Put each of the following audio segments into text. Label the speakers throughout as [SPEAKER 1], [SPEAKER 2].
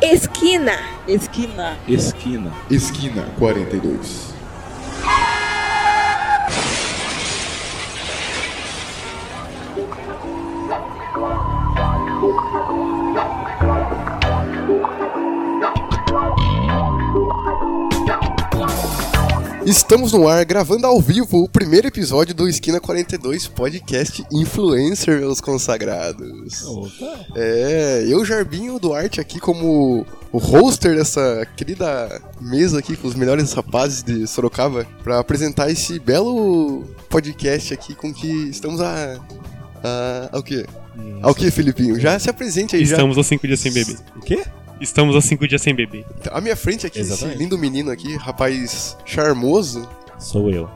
[SPEAKER 1] Esquina.
[SPEAKER 2] Esquina.
[SPEAKER 3] Esquina.
[SPEAKER 4] Esquina 42. Estamos no ar gravando ao vivo o primeiro episódio do Esquina 42 podcast Influencer, meus consagrados.
[SPEAKER 3] Opa.
[SPEAKER 4] É, eu, Jarbinho Duarte, aqui como o hoster dessa querida mesa aqui com os melhores rapazes de Sorocaba, pra apresentar esse belo podcast aqui com que estamos a. a ao quê? Ao que, Filipinho? Já se apresente aí,
[SPEAKER 5] Estamos há cinco dias sem beber.
[SPEAKER 3] O quê?
[SPEAKER 5] Estamos há cinco dias sem beber.
[SPEAKER 4] já. À minha frente aqui,
[SPEAKER 3] Exatamente.
[SPEAKER 4] esse lindo menino aqui, rapaz charmoso.
[SPEAKER 3] Sou eu.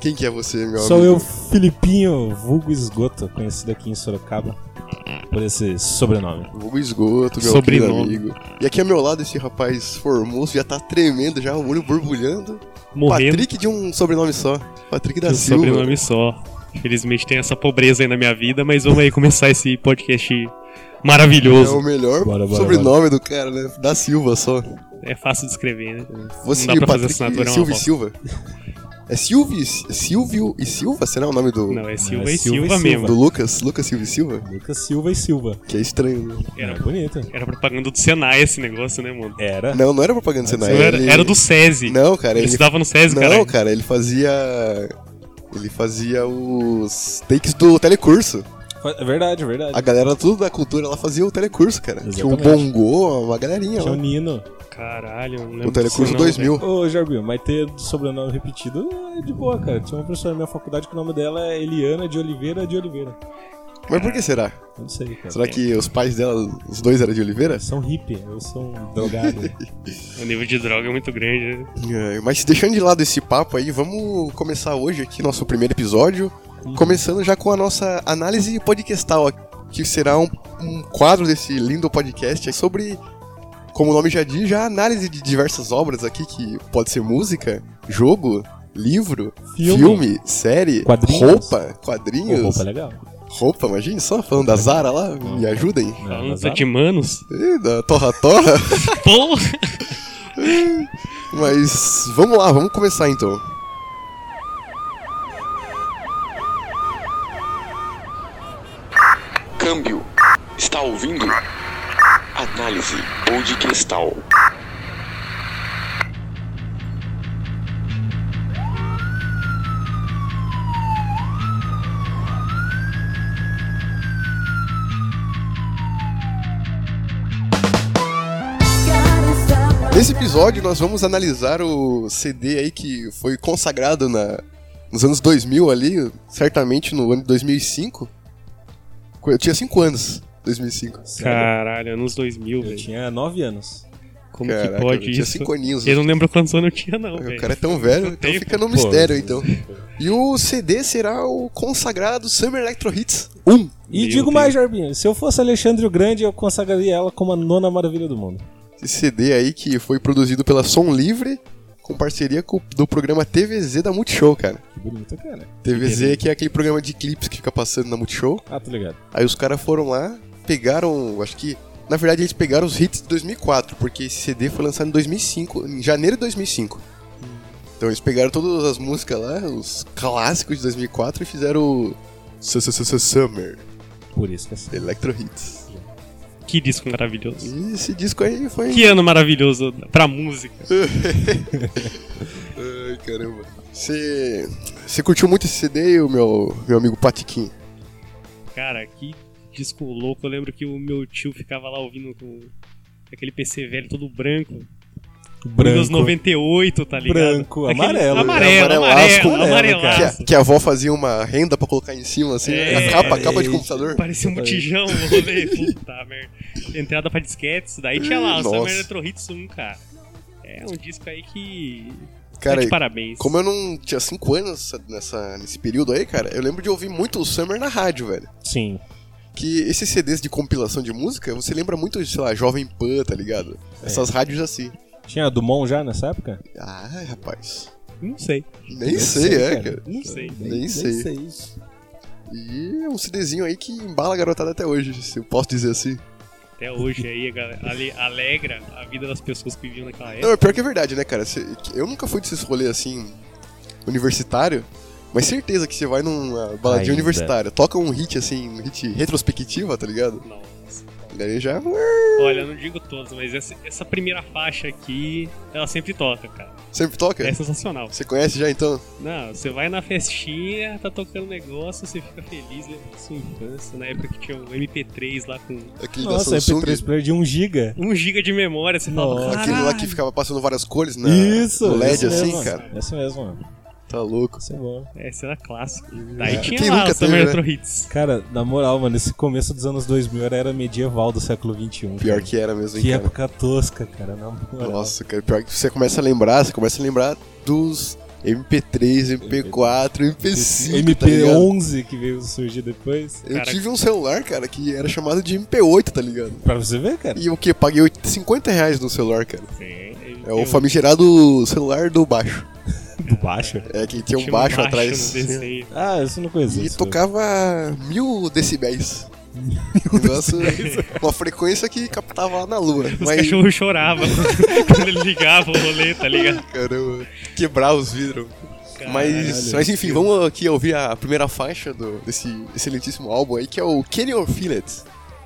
[SPEAKER 4] Quem que é você, meu
[SPEAKER 3] Sou
[SPEAKER 4] amigo?
[SPEAKER 3] eu, Filipinho, vulgo esgoto, conhecido aqui em Sorocaba por esse sobrenome.
[SPEAKER 4] Vulgo esgoto, meu
[SPEAKER 5] Sobrenome.
[SPEAKER 4] querido amigo. E aqui ao meu lado, esse rapaz formoso já tá tremendo, já o olho borbulhando.
[SPEAKER 5] Morrendo
[SPEAKER 4] Patrick de um sobrenome só. Patrick da
[SPEAKER 5] de um
[SPEAKER 4] Silva.
[SPEAKER 5] sobrenome só. Infelizmente tem essa pobreza aí na minha vida, mas vamos aí começar esse podcast
[SPEAKER 4] É
[SPEAKER 5] maravilhoso.
[SPEAKER 4] o melhor
[SPEAKER 3] Bora, bora,
[SPEAKER 4] sobrenome do cara, né? Da Silva só.
[SPEAKER 5] É fácil de escrever, né?
[SPEAKER 4] Vou
[SPEAKER 5] Não dá
[SPEAKER 4] seguir
[SPEAKER 5] pra fazer
[SPEAKER 4] Patrick
[SPEAKER 5] assinatura, é uma
[SPEAKER 4] Silva e
[SPEAKER 5] bosta.
[SPEAKER 4] Silva. É Silvio, Silvio e Silva? Será o nome do,
[SPEAKER 5] Não, é Silva
[SPEAKER 3] é
[SPEAKER 5] e
[SPEAKER 3] Silva
[SPEAKER 5] Silva,
[SPEAKER 3] e
[SPEAKER 5] mesmo.
[SPEAKER 4] do Lucas? Lucas Silva e Silva?
[SPEAKER 3] Lucas Silva e Silva.
[SPEAKER 4] Que é estranho, né?
[SPEAKER 5] Era,
[SPEAKER 3] É bonito.
[SPEAKER 5] era propaganda do Senai esse negócio, né, mano?
[SPEAKER 3] Era.
[SPEAKER 4] Não, não era propaganda do Senai.
[SPEAKER 5] era,
[SPEAKER 4] ele-
[SPEAKER 5] era do SESI.
[SPEAKER 4] Não, cara.
[SPEAKER 5] ele
[SPEAKER 4] Ele,
[SPEAKER 5] estudava no SESI,
[SPEAKER 4] Não,
[SPEAKER 5] cara.
[SPEAKER 4] cara, ele fazia... Ele fazia os takes do telecurso.
[SPEAKER 3] É verdade, é verdade.
[SPEAKER 4] A galera tudo da cultura, ela fazia o telecurso, cara. Tinha o
[SPEAKER 3] Exatamente.
[SPEAKER 4] Bongô, uma galerinha
[SPEAKER 3] Tinha um o
[SPEAKER 4] lá.
[SPEAKER 3] Nino.
[SPEAKER 5] Caralho, eu não lembro
[SPEAKER 4] O telecurso
[SPEAKER 5] disso não,
[SPEAKER 4] 2000.
[SPEAKER 3] Ô, Jarbinho, mas ter sobrenome repetido é de boa, cara. Tinha uma professora na minha faculdade que o nome dela é Eliana de Oliveira de Oliveira.
[SPEAKER 4] Mas por que será?
[SPEAKER 3] Eu Não sei, cara.
[SPEAKER 4] Será que os pais dela, os dois eram de Oliveira?
[SPEAKER 3] São hippie, eu sou um drogado.
[SPEAKER 5] velho. O nível de droga é muito grande, né?
[SPEAKER 4] É, mas deixando de lado esse papo aí, vamos começar hoje aqui nosso primeiro episódio,
[SPEAKER 3] Uhum.
[SPEAKER 4] começando já com a nossa análise podcastal, ó, que será um, um quadro desse lindo podcast aí sobre, como o nome já diz, já a análise de diversas obras aqui, que pode ser música, jogo, livro, filme,
[SPEAKER 3] Filme.
[SPEAKER 4] série,
[SPEAKER 3] Quadrinhos.
[SPEAKER 4] roupa,
[SPEAKER 3] Pô,
[SPEAKER 4] quadrinhos,
[SPEAKER 3] roupa né?
[SPEAKER 4] roupa,
[SPEAKER 3] legal.
[SPEAKER 4] imagina só, falando da Zara lá, me ajudem,
[SPEAKER 3] Não,
[SPEAKER 5] Falando
[SPEAKER 3] mas
[SPEAKER 5] só de manos.
[SPEAKER 4] Ih, da Torra Torra,
[SPEAKER 5] Porra!
[SPEAKER 4] mas vamos lá, vamos começar então.
[SPEAKER 6] Câmbio. Está ouvindo? Análise podcastal.
[SPEAKER 4] Nesse episódio nós vamos analisar o CD aí que foi consagrado na, nos anos 2000 ali, certamente no ano de 2005. Co- Eu tinha 5 anos, 2005.
[SPEAKER 3] Sério?
[SPEAKER 5] Caralho, anos 2000,
[SPEAKER 3] Eu
[SPEAKER 5] velho.
[SPEAKER 3] tinha 9 anos.
[SPEAKER 5] Como
[SPEAKER 4] Caraca,
[SPEAKER 5] que
[SPEAKER 4] eu
[SPEAKER 5] pode
[SPEAKER 4] tinha
[SPEAKER 5] isso?
[SPEAKER 4] 5 aninhos. né?
[SPEAKER 5] Eu não lembro quantos anos eu tinha, não,
[SPEAKER 4] O
[SPEAKER 5] velho.
[SPEAKER 4] cara é tão velho,
[SPEAKER 5] Não
[SPEAKER 4] então
[SPEAKER 5] tem,
[SPEAKER 4] fica no
[SPEAKER 3] Pô,
[SPEAKER 4] mistério então. E o CD será o consagrado Summer Electro Hits 1.
[SPEAKER 3] E
[SPEAKER 5] Meu
[SPEAKER 3] digo
[SPEAKER 5] Deus.
[SPEAKER 3] mais, Jarbinho, se eu fosse Alexandre o Grande, eu consagraria ela como a nona maravilha do mundo.
[SPEAKER 4] Esse CD aí que foi produzido pela Som Livre com parceria com- do programa TVZ da Multishow, cara.
[SPEAKER 3] Que bonita, cara.
[SPEAKER 4] TVZ que é aquele programa de clipes que fica passando na Multishow.
[SPEAKER 3] Ah, tô ligado.
[SPEAKER 4] Aí os caras foram lá, pegaram, acho que, na verdade eles pegaram os hits de 2004, porque esse CD foi lançado em 2005, em janeiro de 2005. Então eles pegaram todas as músicas lá, os clássicos de 2004 e fizeram o Su- Su- Su- Su- Summer
[SPEAKER 3] Por isso que é assim.
[SPEAKER 4] Electro Hits.
[SPEAKER 5] Que disco maravilhoso.
[SPEAKER 4] E esse disco aí foi
[SPEAKER 5] Que ano maravilhoso pra música.
[SPEAKER 4] Ai, caramba. Você você curtiu muito esse CD, o meu meu amigo Patiquim?
[SPEAKER 5] Cara, que disco louco. Eu lembro que o meu tio ficava lá ouvindo com aquele PC velho todo branco. Windows 98, tá ligado?
[SPEAKER 3] Branco, amarelo.
[SPEAKER 5] Amarelo,
[SPEAKER 4] Amarelasco,
[SPEAKER 5] amarelo,
[SPEAKER 4] né? Que a,
[SPEAKER 5] amarelaço.
[SPEAKER 4] que a avó fazia uma renda pra colocar em cima assim,
[SPEAKER 5] É.
[SPEAKER 4] a capa, a capa de computador.
[SPEAKER 5] Parecia um botijão, o rolê. Puta merda. Entrada pra disquetes, daí tinha lá o
[SPEAKER 4] Nossa.
[SPEAKER 5] Summer Electro Hits 1, cara. É um disco aí que.
[SPEAKER 4] Cara,
[SPEAKER 5] tá de parabéns.
[SPEAKER 4] Como eu não tinha 5 anos nessa, nesse período aí, cara, eu lembro de ouvir muito o Summer na rádio, velho.
[SPEAKER 3] Sim.
[SPEAKER 4] Que esses CDs de compilação de música, você lembra muito, sei lá, Jovem Pan, tá ligado? Essas rádios assim.
[SPEAKER 3] Tinha a Dumont já nessa época?
[SPEAKER 4] Ah, rapaz.
[SPEAKER 5] Não sei.
[SPEAKER 4] Nem sei, é, cara.
[SPEAKER 5] Não sei.
[SPEAKER 4] Nem sei. E é um CDzinho aí que embala a garotada até hoje, se eu posso dizer assim.
[SPEAKER 5] até hoje aí ale- alegra a vida das pessoas que viviam naquela
[SPEAKER 4] Não,
[SPEAKER 5] época.
[SPEAKER 4] é pior que é verdade, né, cara? Cê- Eu nunca fui desses rolês assim, universitário, mas certeza que você vai numa baladinha
[SPEAKER 1] Ainda.
[SPEAKER 4] universitária, toca um hit assim, um hit retrospectiva, tá ligado?
[SPEAKER 5] Nossa.
[SPEAKER 4] Daí já. é
[SPEAKER 5] Olha, eu não digo todos, mas essa, essa primeira faixa aqui, ela sempre toca, cara.
[SPEAKER 4] Sempre toca?
[SPEAKER 5] É sensacional.
[SPEAKER 4] Você conhece já então?
[SPEAKER 5] Não, você vai na festinha, tá tocando negócio, você fica feliz, lembra da sua infância, na época que tinha um MP3 lá com
[SPEAKER 4] Aquele
[SPEAKER 3] Nossa,
[SPEAKER 4] da Samsung.
[SPEAKER 3] MP3 player de 1 GB.
[SPEAKER 5] 1 GB de memória, você fala,
[SPEAKER 3] Nossa.
[SPEAKER 5] caralho,
[SPEAKER 4] Aquele lá que ficava passando várias cores na,
[SPEAKER 3] Isso!
[SPEAKER 4] no LED
[SPEAKER 3] isso
[SPEAKER 4] assim,
[SPEAKER 3] mesmo.
[SPEAKER 4] cara.
[SPEAKER 3] Isso mesmo, mano.
[SPEAKER 4] Tá louco.
[SPEAKER 3] Isso é bom.
[SPEAKER 5] essa era clássica.
[SPEAKER 4] É,
[SPEAKER 5] Daí tinha
[SPEAKER 4] quem
[SPEAKER 5] lá
[SPEAKER 4] nunca
[SPEAKER 5] o Summer
[SPEAKER 4] teve, né?
[SPEAKER 5] Retro Hits.
[SPEAKER 3] Cara, na moral, mano, esse começo dos anos 2000 era a era medieval do século XXI.
[SPEAKER 4] Pior
[SPEAKER 3] cara.
[SPEAKER 4] que era mesmo, hein,
[SPEAKER 3] Que
[SPEAKER 4] cara.
[SPEAKER 3] época tosca, cara, na moral.
[SPEAKER 4] Nossa, cara, pior que você começa a lembrar, você começa a lembrar dos MP3, MP4, MP5. tá ligado?
[SPEAKER 3] MP11 que veio surgir depois.
[SPEAKER 4] Eu
[SPEAKER 5] Cara,
[SPEAKER 4] tive um celular, cara, que era chamado de MP8, tá ligado?
[SPEAKER 3] Pra você ver, cara.
[SPEAKER 4] E o que? Paguei 8 50 reais no celular, cara. É o
[SPEAKER 5] Eu-
[SPEAKER 4] famigerado celular do baixo.
[SPEAKER 3] Do baixo.
[SPEAKER 4] É que tinha um
[SPEAKER 5] tinha
[SPEAKER 4] baixo,
[SPEAKER 5] no
[SPEAKER 4] atrás. assim,
[SPEAKER 5] desenho.
[SPEAKER 3] Ah, isso eu não conhecia.
[SPEAKER 4] E
[SPEAKER 3] isso.
[SPEAKER 4] tocava mil decibéis. Um Nossa, uma frequência que captava lá na lua.
[SPEAKER 5] Os
[SPEAKER 4] mas,
[SPEAKER 5] cachorros choravam quando ele ligava o rolê, tá ligado?
[SPEAKER 4] caramba, quebrar os vidros. Mas,
[SPEAKER 3] Caralho.
[SPEAKER 4] mas enfim, vamos aqui ouvir a primeira faixa do, desse excelentíssimo álbum aí, que é o Kenny Orphilet.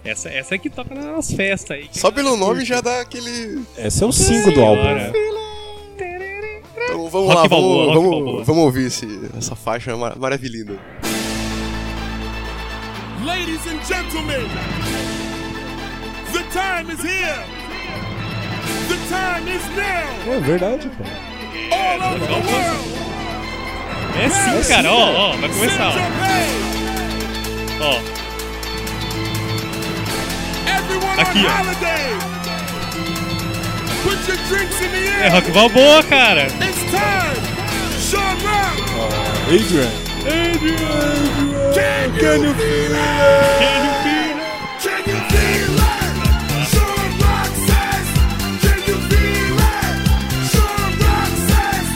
[SPEAKER 5] Essa, essa é que toca nas festas aí. tá
[SPEAKER 4] Só pelo nome já dá aquele.
[SPEAKER 3] Esse é o 5 do álbum. né?
[SPEAKER 4] Então, vamos
[SPEAKER 5] Rock
[SPEAKER 4] lá,
[SPEAKER 5] Balboa,
[SPEAKER 4] vamos,
[SPEAKER 5] Rock Balboa.
[SPEAKER 4] vamos, vamos ouvir esse, essa faixa mar maravilhosa.
[SPEAKER 2] Ladies and gentlemen, the time is here. The time is now.
[SPEAKER 3] É verdade, cara.
[SPEAKER 2] All over the world.
[SPEAKER 5] É sim, cara, ó, ó, vai começar,
[SPEAKER 2] Send your
[SPEAKER 5] ó.
[SPEAKER 2] babe.
[SPEAKER 5] ó.
[SPEAKER 2] Everyone
[SPEAKER 5] Aqui,
[SPEAKER 2] on
[SPEAKER 5] ó.
[SPEAKER 2] holiday. Put your drinks in the
[SPEAKER 5] É
[SPEAKER 2] air.
[SPEAKER 5] rock balboa, cara.
[SPEAKER 2] It's time. Sean Rock.
[SPEAKER 3] Adrian.
[SPEAKER 2] Can you feel it? Can you feel it? Sean Rock says. Can you feel it? Sean Rock says.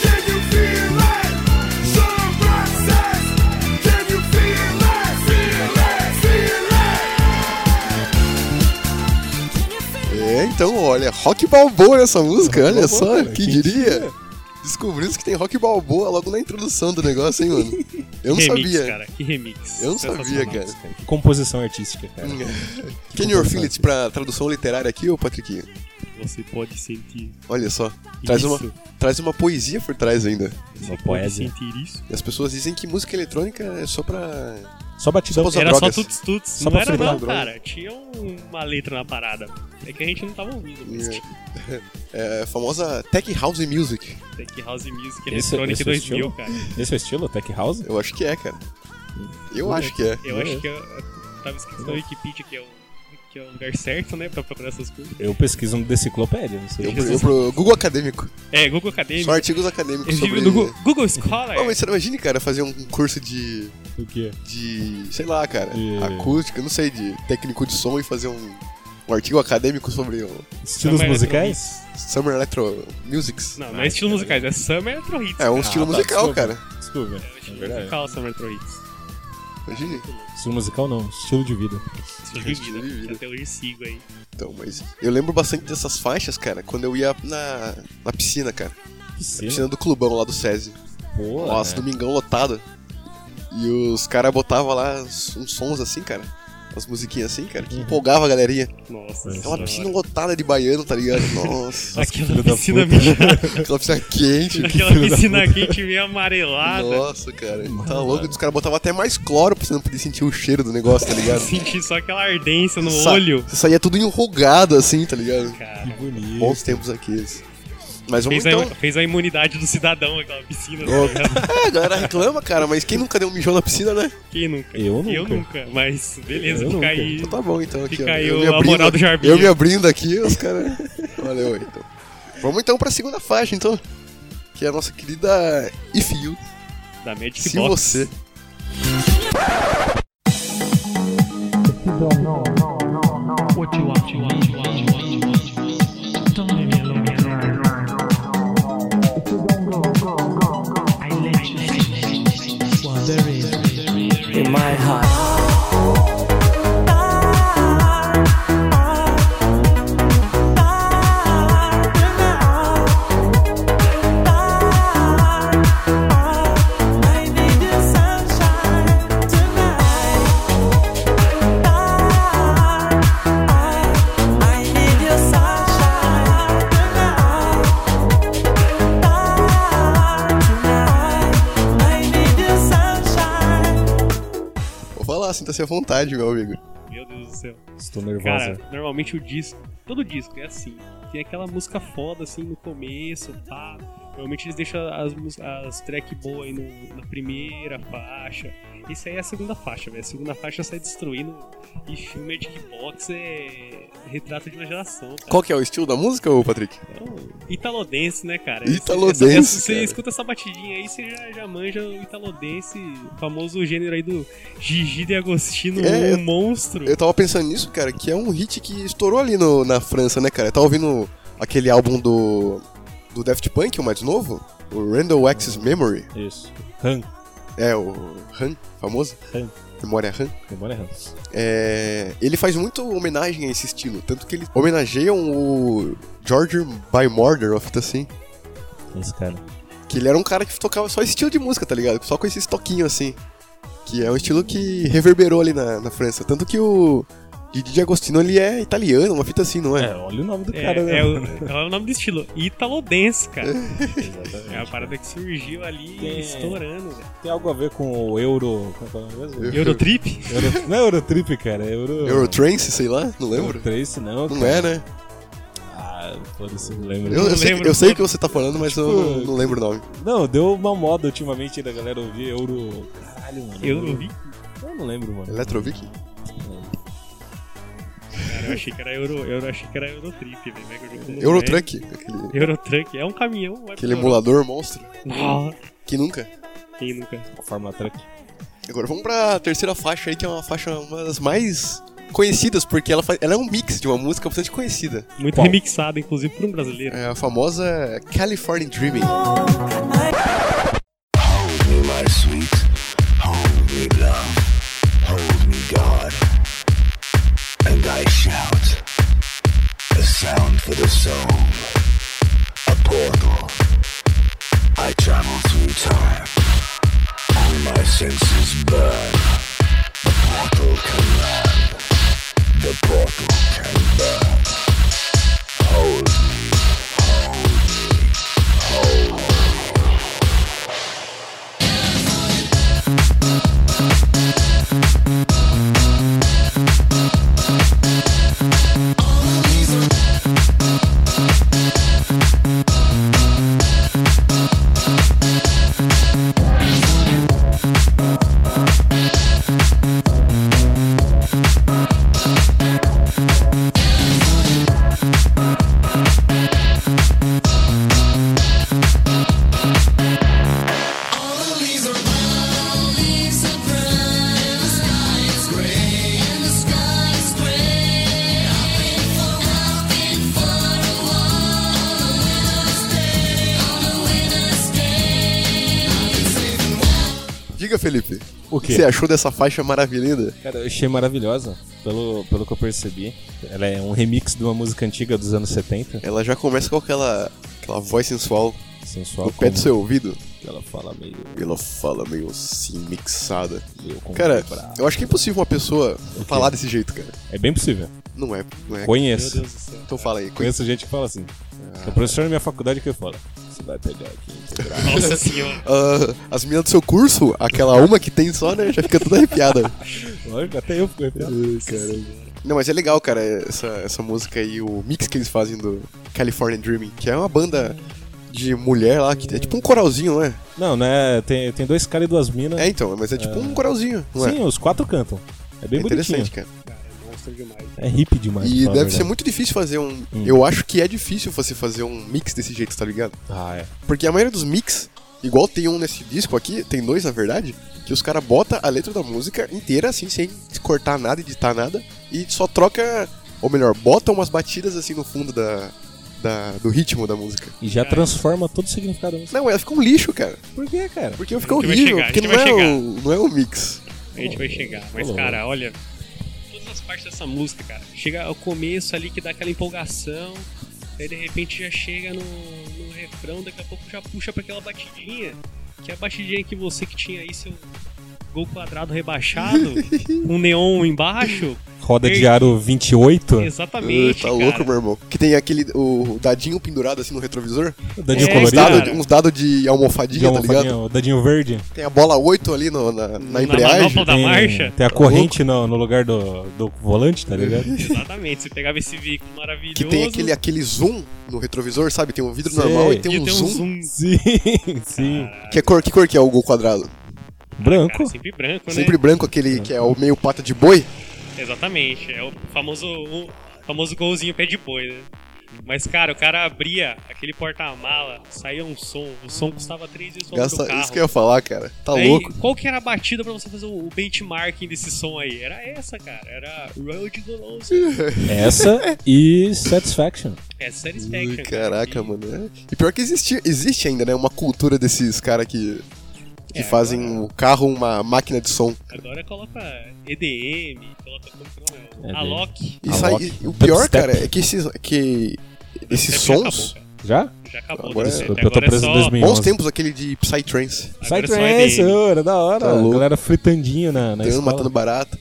[SPEAKER 2] Can you feel it? Sean Rock says. Can you feel it? Feel it. Feel it.
[SPEAKER 4] É, então, olha, rock balboa nessa música, olha
[SPEAKER 3] Balboa,
[SPEAKER 4] só,
[SPEAKER 3] cara,
[SPEAKER 4] quem,
[SPEAKER 3] quem
[SPEAKER 4] diria?
[SPEAKER 3] diria?
[SPEAKER 4] Descobrimos que tem rock balboa logo na introdução do negócio, hein, mano? Eu não
[SPEAKER 5] remix,
[SPEAKER 4] sabia.
[SPEAKER 5] cara. Que remix.
[SPEAKER 4] Eu não sabia,
[SPEAKER 5] Sensacional.
[SPEAKER 4] cara.
[SPEAKER 3] Que composição artística, cara.
[SPEAKER 4] Kenny Orphilet pra tradução literária aqui, ô Patrick?
[SPEAKER 5] Você pode sentir.
[SPEAKER 4] Olha só, traz
[SPEAKER 5] isso.
[SPEAKER 4] uma, traz uma poesia por trás ainda.
[SPEAKER 5] Você pode
[SPEAKER 3] poesia.
[SPEAKER 5] sentir isso.
[SPEAKER 4] E as pessoas dizem que música eletrônica é só pra.
[SPEAKER 3] Só batidão.
[SPEAKER 4] Só
[SPEAKER 5] era
[SPEAKER 4] drogas.
[SPEAKER 5] só tuts tuts.
[SPEAKER 3] Só
[SPEAKER 5] não
[SPEAKER 3] pra
[SPEAKER 5] era
[SPEAKER 3] frear
[SPEAKER 5] não,
[SPEAKER 4] drogas.
[SPEAKER 5] cara. Tinha uma letra na parada. É que a gente não tava ouvindo. Mas tinha.
[SPEAKER 4] É, a famosa Tech House Music.
[SPEAKER 5] Tech House Music
[SPEAKER 3] Esse-
[SPEAKER 5] Electronic
[SPEAKER 3] esse
[SPEAKER 5] 2000,
[SPEAKER 3] estilo?
[SPEAKER 5] cara.
[SPEAKER 3] Esse é o estilo, Tech House?
[SPEAKER 4] Eu acho que é, cara. Eu acho que é.
[SPEAKER 5] Eu acho que eu, eu tava escrito na Wikipedia que é o, que é o lugar certo, né? Pra procurar essas coisas.
[SPEAKER 3] Eu pesquiso no Deciclopédia, não sei.
[SPEAKER 4] Eu, eu pro Google Acadêmico.
[SPEAKER 5] É, Google Acadêmica.
[SPEAKER 4] Só artigos
[SPEAKER 5] Eu
[SPEAKER 4] acadêmicos
[SPEAKER 5] vivo
[SPEAKER 4] sobre.
[SPEAKER 5] no Google, Google Scholar.
[SPEAKER 4] Oh, mas você não imagine, cara, fazer um curso de.
[SPEAKER 3] O quê?
[SPEAKER 4] de. sei lá, cara,
[SPEAKER 3] De-
[SPEAKER 4] acústica, não sei, de técnico de som e fazer um, um artigo acadêmico sobre o
[SPEAKER 3] Estilos
[SPEAKER 5] Summer
[SPEAKER 3] musicais?
[SPEAKER 4] Summer Electro Musics.
[SPEAKER 5] Não, não é estilo musicais, é Summer Retro Hits.
[SPEAKER 4] É um
[SPEAKER 5] cara.
[SPEAKER 4] estilo
[SPEAKER 3] tá,
[SPEAKER 4] musical,
[SPEAKER 3] desculpa.
[SPEAKER 4] cara.
[SPEAKER 3] Desculpa.
[SPEAKER 5] É um
[SPEAKER 3] É
[SPEAKER 5] estilo
[SPEAKER 3] verdade.
[SPEAKER 5] musical, Summer Retro Hits.
[SPEAKER 4] Imagine.
[SPEAKER 3] Estilo musical não, estilo de vida.
[SPEAKER 5] Estilo de
[SPEAKER 4] é Estilo de
[SPEAKER 5] vida.
[SPEAKER 4] vida.
[SPEAKER 5] que né? Até hoje sigo aí.
[SPEAKER 4] Então, mas eu lembro bastante dessas faixas, cara, quando eu ia na, na piscina, cara.
[SPEAKER 3] Piscina,
[SPEAKER 4] Piscina do clubão lá do SESI.
[SPEAKER 3] pô,
[SPEAKER 4] Nossa,
[SPEAKER 3] né?
[SPEAKER 4] domingão lotado. E os caras botavam lá uns uns sons assim, cara. Umas musiquinhas assim, cara,
[SPEAKER 3] Uhum.
[SPEAKER 4] que empolgava a galerinha.
[SPEAKER 5] Nossa,
[SPEAKER 4] Aquela
[SPEAKER 5] senhora.
[SPEAKER 4] piscina lotada de baiano, tá ligado? Nossa,
[SPEAKER 5] Aquela
[SPEAKER 3] filho da
[SPEAKER 5] piscina,
[SPEAKER 3] puta.
[SPEAKER 5] mijada,
[SPEAKER 4] aquela piscina quente.
[SPEAKER 5] aquela piscina quente meio amarelada.
[SPEAKER 4] Nossa, cara. Tá louco, os caras botavam até mais cloro pra você não poder sentir o cheiro do negócio, tá ligado?
[SPEAKER 5] Senti só aquela ardência no
[SPEAKER 4] Sa-
[SPEAKER 5] olho.
[SPEAKER 4] Você saía tudo enrugado assim, tá ligado?
[SPEAKER 3] que
[SPEAKER 5] Cara,
[SPEAKER 3] bonito.
[SPEAKER 4] Bons tempos aqueles. Mas vamos
[SPEAKER 5] fez,
[SPEAKER 4] então.
[SPEAKER 5] a, fez a imunidade do cidadão aquela piscina.
[SPEAKER 4] Ô,
[SPEAKER 5] tá ligado?
[SPEAKER 4] É, a galera reclama, cara, mas quem nunca deu um mijão na piscina, né?
[SPEAKER 5] Quem nunca?
[SPEAKER 3] Eu nunca.
[SPEAKER 5] Eu nunca, mas beleza,
[SPEAKER 3] Eu
[SPEAKER 5] fica
[SPEAKER 3] nunca.
[SPEAKER 5] aí.
[SPEAKER 4] Então tá bom, então. Aqui,
[SPEAKER 5] Fica
[SPEAKER 4] ó.
[SPEAKER 5] aí
[SPEAKER 4] eu
[SPEAKER 5] o-
[SPEAKER 4] me
[SPEAKER 5] a
[SPEAKER 4] abrindo,
[SPEAKER 5] moral do Jarbinho.
[SPEAKER 4] Eu me abrindo aqui, os caras. Valeu, então. Vamos então pra segunda faixa, então. Que é a nossa querida If You,
[SPEAKER 5] Da Magic
[SPEAKER 4] Se
[SPEAKER 5] Box.
[SPEAKER 4] Você.
[SPEAKER 7] in my heart.
[SPEAKER 4] Sinta-se à vontade, meu amigo.
[SPEAKER 5] Meu Deus do céu.
[SPEAKER 3] Estou nervosa.
[SPEAKER 5] Cara, normalmente o disco, todo disco é assim. Tem aquela música foda assim no começo, pá. Normalmente eles deixam as, mus- as track boas aí no- na primeira faixa. Isso aí é a segunda faixa, velho. A segunda faixa sai destruindo. E filme de kickbox é retrato de uma geração, cara.
[SPEAKER 4] Qual que é o estilo da música, ô Patrick?
[SPEAKER 5] Então, italodense, né, cara?
[SPEAKER 4] Italodense,
[SPEAKER 5] Essa- essa- Você
[SPEAKER 4] cara.
[SPEAKER 5] escuta essa batidinha aí, você já, já manja o italodense, o famoso gênero aí do Gigi de Agostino,
[SPEAKER 4] É,
[SPEAKER 5] um
[SPEAKER 4] eu-
[SPEAKER 5] monstro.
[SPEAKER 4] Eu tava pensando nisso, cara, que é um hit que estourou ali no- na França, né, cara? Eu tava ouvindo aquele álbum do, do Daft Punk, o mais novo, o Randall Access Memory.
[SPEAKER 3] Isso. Han.
[SPEAKER 4] É, o RAM, famoso.
[SPEAKER 3] RAM.
[SPEAKER 4] Memória RAM.
[SPEAKER 3] Memória Hans.
[SPEAKER 4] É, ele faz muito homenagem a esse estilo. Tanto que eles homenageiam o George by Murder, ou fita assim.
[SPEAKER 3] Esse cara.
[SPEAKER 4] Que ele era um cara que tocava só esse estilo de música, tá ligado? Só com esses toquinhos assim. Que é um estilo que reverberou ali na, na França. Tanto que o Didi de Agostino ele é italiano, uma fita assim, não é?
[SPEAKER 3] É, olha o nome do
[SPEAKER 5] É,
[SPEAKER 3] cara, né?
[SPEAKER 5] é, o, é o nome do estilo, italodense, cara. É a
[SPEAKER 3] Exatamente.
[SPEAKER 5] parada que surgiu ali
[SPEAKER 3] Tem-
[SPEAKER 5] estourando, velho.
[SPEAKER 3] Tem algo a ver com o Euro. Como é que é o nome mesmo?
[SPEAKER 5] Eurotrip?
[SPEAKER 3] Euro- Não é Eurotrip, cara. É Euro.
[SPEAKER 4] Eurotrance, sei lá, não lembro.
[SPEAKER 3] Eurotrace, não.
[SPEAKER 4] Não
[SPEAKER 3] cara.
[SPEAKER 4] é, né?
[SPEAKER 3] Ah, foda-se, não lembro.
[SPEAKER 4] Eu, eu sei,
[SPEAKER 5] lembro,
[SPEAKER 4] eu sei
[SPEAKER 5] pô.
[SPEAKER 4] o que você tá falando, mas eu não, não lembro o nome.
[SPEAKER 3] Não, deu uma moda ultimamente da galera ouvir Euro. Caralho, mano.
[SPEAKER 5] Eurovic?
[SPEAKER 3] Eu não lembro, mano.
[SPEAKER 4] Electrovic?
[SPEAKER 5] Cara, eu achei que era, Euro, eu achei que era Eurotrip, velho. mas eu não-
[SPEAKER 4] Eurotruck, aquele,
[SPEAKER 5] É. Eurotruck, é um caminhão. vai
[SPEAKER 4] aquele
[SPEAKER 5] pro-
[SPEAKER 4] emulador monstro.
[SPEAKER 5] Ah,
[SPEAKER 4] Que nunca.
[SPEAKER 5] Quem nunca?
[SPEAKER 4] é-
[SPEAKER 3] Fórmula Truck.
[SPEAKER 4] Agora vamos pra terceira faixa aí, que é uma faixa uma das mais conhecidas, porque ela, fa- ela é um mix de uma música bastante conhecida.
[SPEAKER 5] Muito
[SPEAKER 3] Qual?
[SPEAKER 5] remixado, inclusive, por um brasileiro.
[SPEAKER 4] É a famosa California Dreaming.
[SPEAKER 2] my sweet. Hold me, love. Hold me, God. And I shout. A sound for the soul. A portal. I travel through time. All my senses burn. The portal can run. The portal can burn. Hold me. Hold me. Hold me.
[SPEAKER 4] Diga, Felipe,
[SPEAKER 3] O
[SPEAKER 4] o que você achou dessa faixa maravilhosa?
[SPEAKER 3] Cara, eu achei maravilhosa, pelo, pelo que eu percebi. Ela é um remix de uma música antiga dos anos 70,
[SPEAKER 4] Ela já começa com aquela, aquela voz sensual
[SPEAKER 3] sensual.
[SPEAKER 4] no pé do seu ouvido.
[SPEAKER 3] como assim, Ela fala meio.
[SPEAKER 4] E ela fala meio assim, mixada.
[SPEAKER 3] meio com-
[SPEAKER 4] Cara,
[SPEAKER 3] brava.
[SPEAKER 4] eu acho que é impossível uma pessoa falar desse jeito, cara.
[SPEAKER 3] É bem possível.
[SPEAKER 4] Não é, não é.
[SPEAKER 5] Meu
[SPEAKER 3] Conheço.
[SPEAKER 5] Deus do céu.
[SPEAKER 4] Então fala aí. conhe-
[SPEAKER 3] Conheço gente que fala assim. O professor na minha faculdade que fala. Você vai pegar aqui. integral."
[SPEAKER 5] Nossa senhora.
[SPEAKER 4] Ah, as meninas do seu curso, aquela uma que tem só, né? Já fica toda arrepiada.
[SPEAKER 3] Lógico, até eu fico arrepiado.
[SPEAKER 4] Não, mas é legal, cara, essa, essa música aí, o mix que eles fazem do California Dreaming, que é uma banda de mulher lá, que é tipo um coralzinho, não é?
[SPEAKER 3] Não, né? Tem, tem dois caras e duas minas.
[SPEAKER 4] É então, mas é tipo um coralzinho, não é?
[SPEAKER 3] Sim, os quatro cantam. É bem
[SPEAKER 4] é
[SPEAKER 3] bonitinho.
[SPEAKER 4] interessante, cara.
[SPEAKER 5] Cara, é monstro demais.
[SPEAKER 3] É hippie demais.
[SPEAKER 4] E
[SPEAKER 3] pra falar a
[SPEAKER 4] deve ser
[SPEAKER 3] verdade.
[SPEAKER 4] muito difícil fazer um.
[SPEAKER 3] Hum.
[SPEAKER 4] Eu acho que é difícil você fazer um mix desse jeito, tá ligado?
[SPEAKER 3] Ah, é.
[SPEAKER 4] Porque a maioria dos mix, igual tem um nesse disco aqui, tem dois na verdade, que os caras botam a letra da música inteira, assim, sem cortar nada, editar nada, e só troca, ou melhor, bota umas batidas assim no fundo da, da- do ritmo da música.
[SPEAKER 3] E já
[SPEAKER 5] Cara.
[SPEAKER 3] transforma todo o significado da música.
[SPEAKER 4] Não, ela fica um lixo, cara.
[SPEAKER 3] Por que, cara?
[SPEAKER 4] Porque fica
[SPEAKER 5] A gente vai
[SPEAKER 4] horrível,
[SPEAKER 5] chegar, a
[SPEAKER 4] porque
[SPEAKER 5] gente
[SPEAKER 4] não
[SPEAKER 5] vai
[SPEAKER 4] é,
[SPEAKER 5] chegar.
[SPEAKER 4] o, não é o mix.
[SPEAKER 5] A gente vai chegar. Mas,
[SPEAKER 3] Falou.
[SPEAKER 5] cara, olha. Todas as partes dessa música, cara. Chega ao começo ali que dá aquela empolgação. Aí de repente já chega no, no refrão, daqui a pouco já puxa pra aquela batidinha. Que é a batidinha que você que tinha aí seu gol quadrado rebaixado, um neon embaixo,
[SPEAKER 3] Roda de
[SPEAKER 5] Ei.
[SPEAKER 3] aro 28,
[SPEAKER 5] Exatamente.
[SPEAKER 4] tá
[SPEAKER 5] cara.
[SPEAKER 4] louco, meu irmão. Que tem aquele o dadinho pendurado assim no retrovisor.
[SPEAKER 3] dadinho
[SPEAKER 5] É,
[SPEAKER 4] uns
[SPEAKER 3] colorido,
[SPEAKER 5] cara.
[SPEAKER 4] dados uns dado de almofadinha,
[SPEAKER 3] de
[SPEAKER 4] tá ligado?
[SPEAKER 3] almofadinha, o dadinho verde.
[SPEAKER 4] Tem a bola 8 ali no- na, na
[SPEAKER 5] Na
[SPEAKER 4] embreagem.
[SPEAKER 5] manopla da marcha.
[SPEAKER 3] Tem a
[SPEAKER 4] Tá
[SPEAKER 3] corrente no, no lugar do, do volante, tá ligado?
[SPEAKER 5] Exatamente. Você pegava esse veículo maravilhoso.
[SPEAKER 4] Que tem aquele, aquele zoom no retrovisor, sabe? Tem um vidro
[SPEAKER 3] Sei.
[SPEAKER 4] normal e
[SPEAKER 5] e
[SPEAKER 4] tem um, zoom.
[SPEAKER 3] Sim, sim.
[SPEAKER 4] Que, é cor, que cor que é o gol quadrado?
[SPEAKER 3] Branco.
[SPEAKER 5] Cara, sempre branco, né?
[SPEAKER 4] Sempre branco, aquele que é o meio pata de boi.
[SPEAKER 5] Exatamente. É o famoso, o famoso golzinho pé de boi, né? Mas, cara, o cara abria aquele porta-mala, saía um som. O som custava três vezes é o valor do
[SPEAKER 4] Gasta,
[SPEAKER 5] carro. É
[SPEAKER 4] isso que eu ia falar, cara. Tá
[SPEAKER 5] Aí,
[SPEAKER 4] louco.
[SPEAKER 5] Qual que era a batida pra você fazer o benchmarking desse som aí? Era essa, cara. Era Road Goloso.
[SPEAKER 3] Essa e Satisfaction.
[SPEAKER 5] É Satisfaction.
[SPEAKER 4] Ui,
[SPEAKER 5] cara.
[SPEAKER 4] Caraca,
[SPEAKER 5] E-
[SPEAKER 4] mano. é. E pior que existe, existe ainda, né? Uma cultura desses caras que, que
[SPEAKER 5] É,
[SPEAKER 4] fazem o carro uma máquina de som.
[SPEAKER 5] Agora coloca EDM, coloca como que é o nome?
[SPEAKER 3] É,
[SPEAKER 5] Alok.
[SPEAKER 4] E
[SPEAKER 3] A
[SPEAKER 4] sai-
[SPEAKER 3] Loki.
[SPEAKER 4] e o pior,
[SPEAKER 3] Dubstep.
[SPEAKER 4] cara, é que esses, que esses
[SPEAKER 5] Dubstep já
[SPEAKER 4] sons.
[SPEAKER 5] acabou,
[SPEAKER 3] Já?
[SPEAKER 5] cara. Já acabou.
[SPEAKER 4] Agora-
[SPEAKER 5] Dubstep.
[SPEAKER 3] Eu tô
[SPEAKER 5] Agora é
[SPEAKER 3] preso em
[SPEAKER 5] só-
[SPEAKER 3] 2011.
[SPEAKER 4] Bons tempos aquele de Psytrance.
[SPEAKER 5] agora é só
[SPEAKER 3] Psytrance,
[SPEAKER 5] EDM.
[SPEAKER 3] ô, era da hora.
[SPEAKER 4] Tá
[SPEAKER 3] a
[SPEAKER 4] louco.
[SPEAKER 3] galera fritandinho na, na
[SPEAKER 4] Tendo,
[SPEAKER 3] escola.
[SPEAKER 4] matando barata.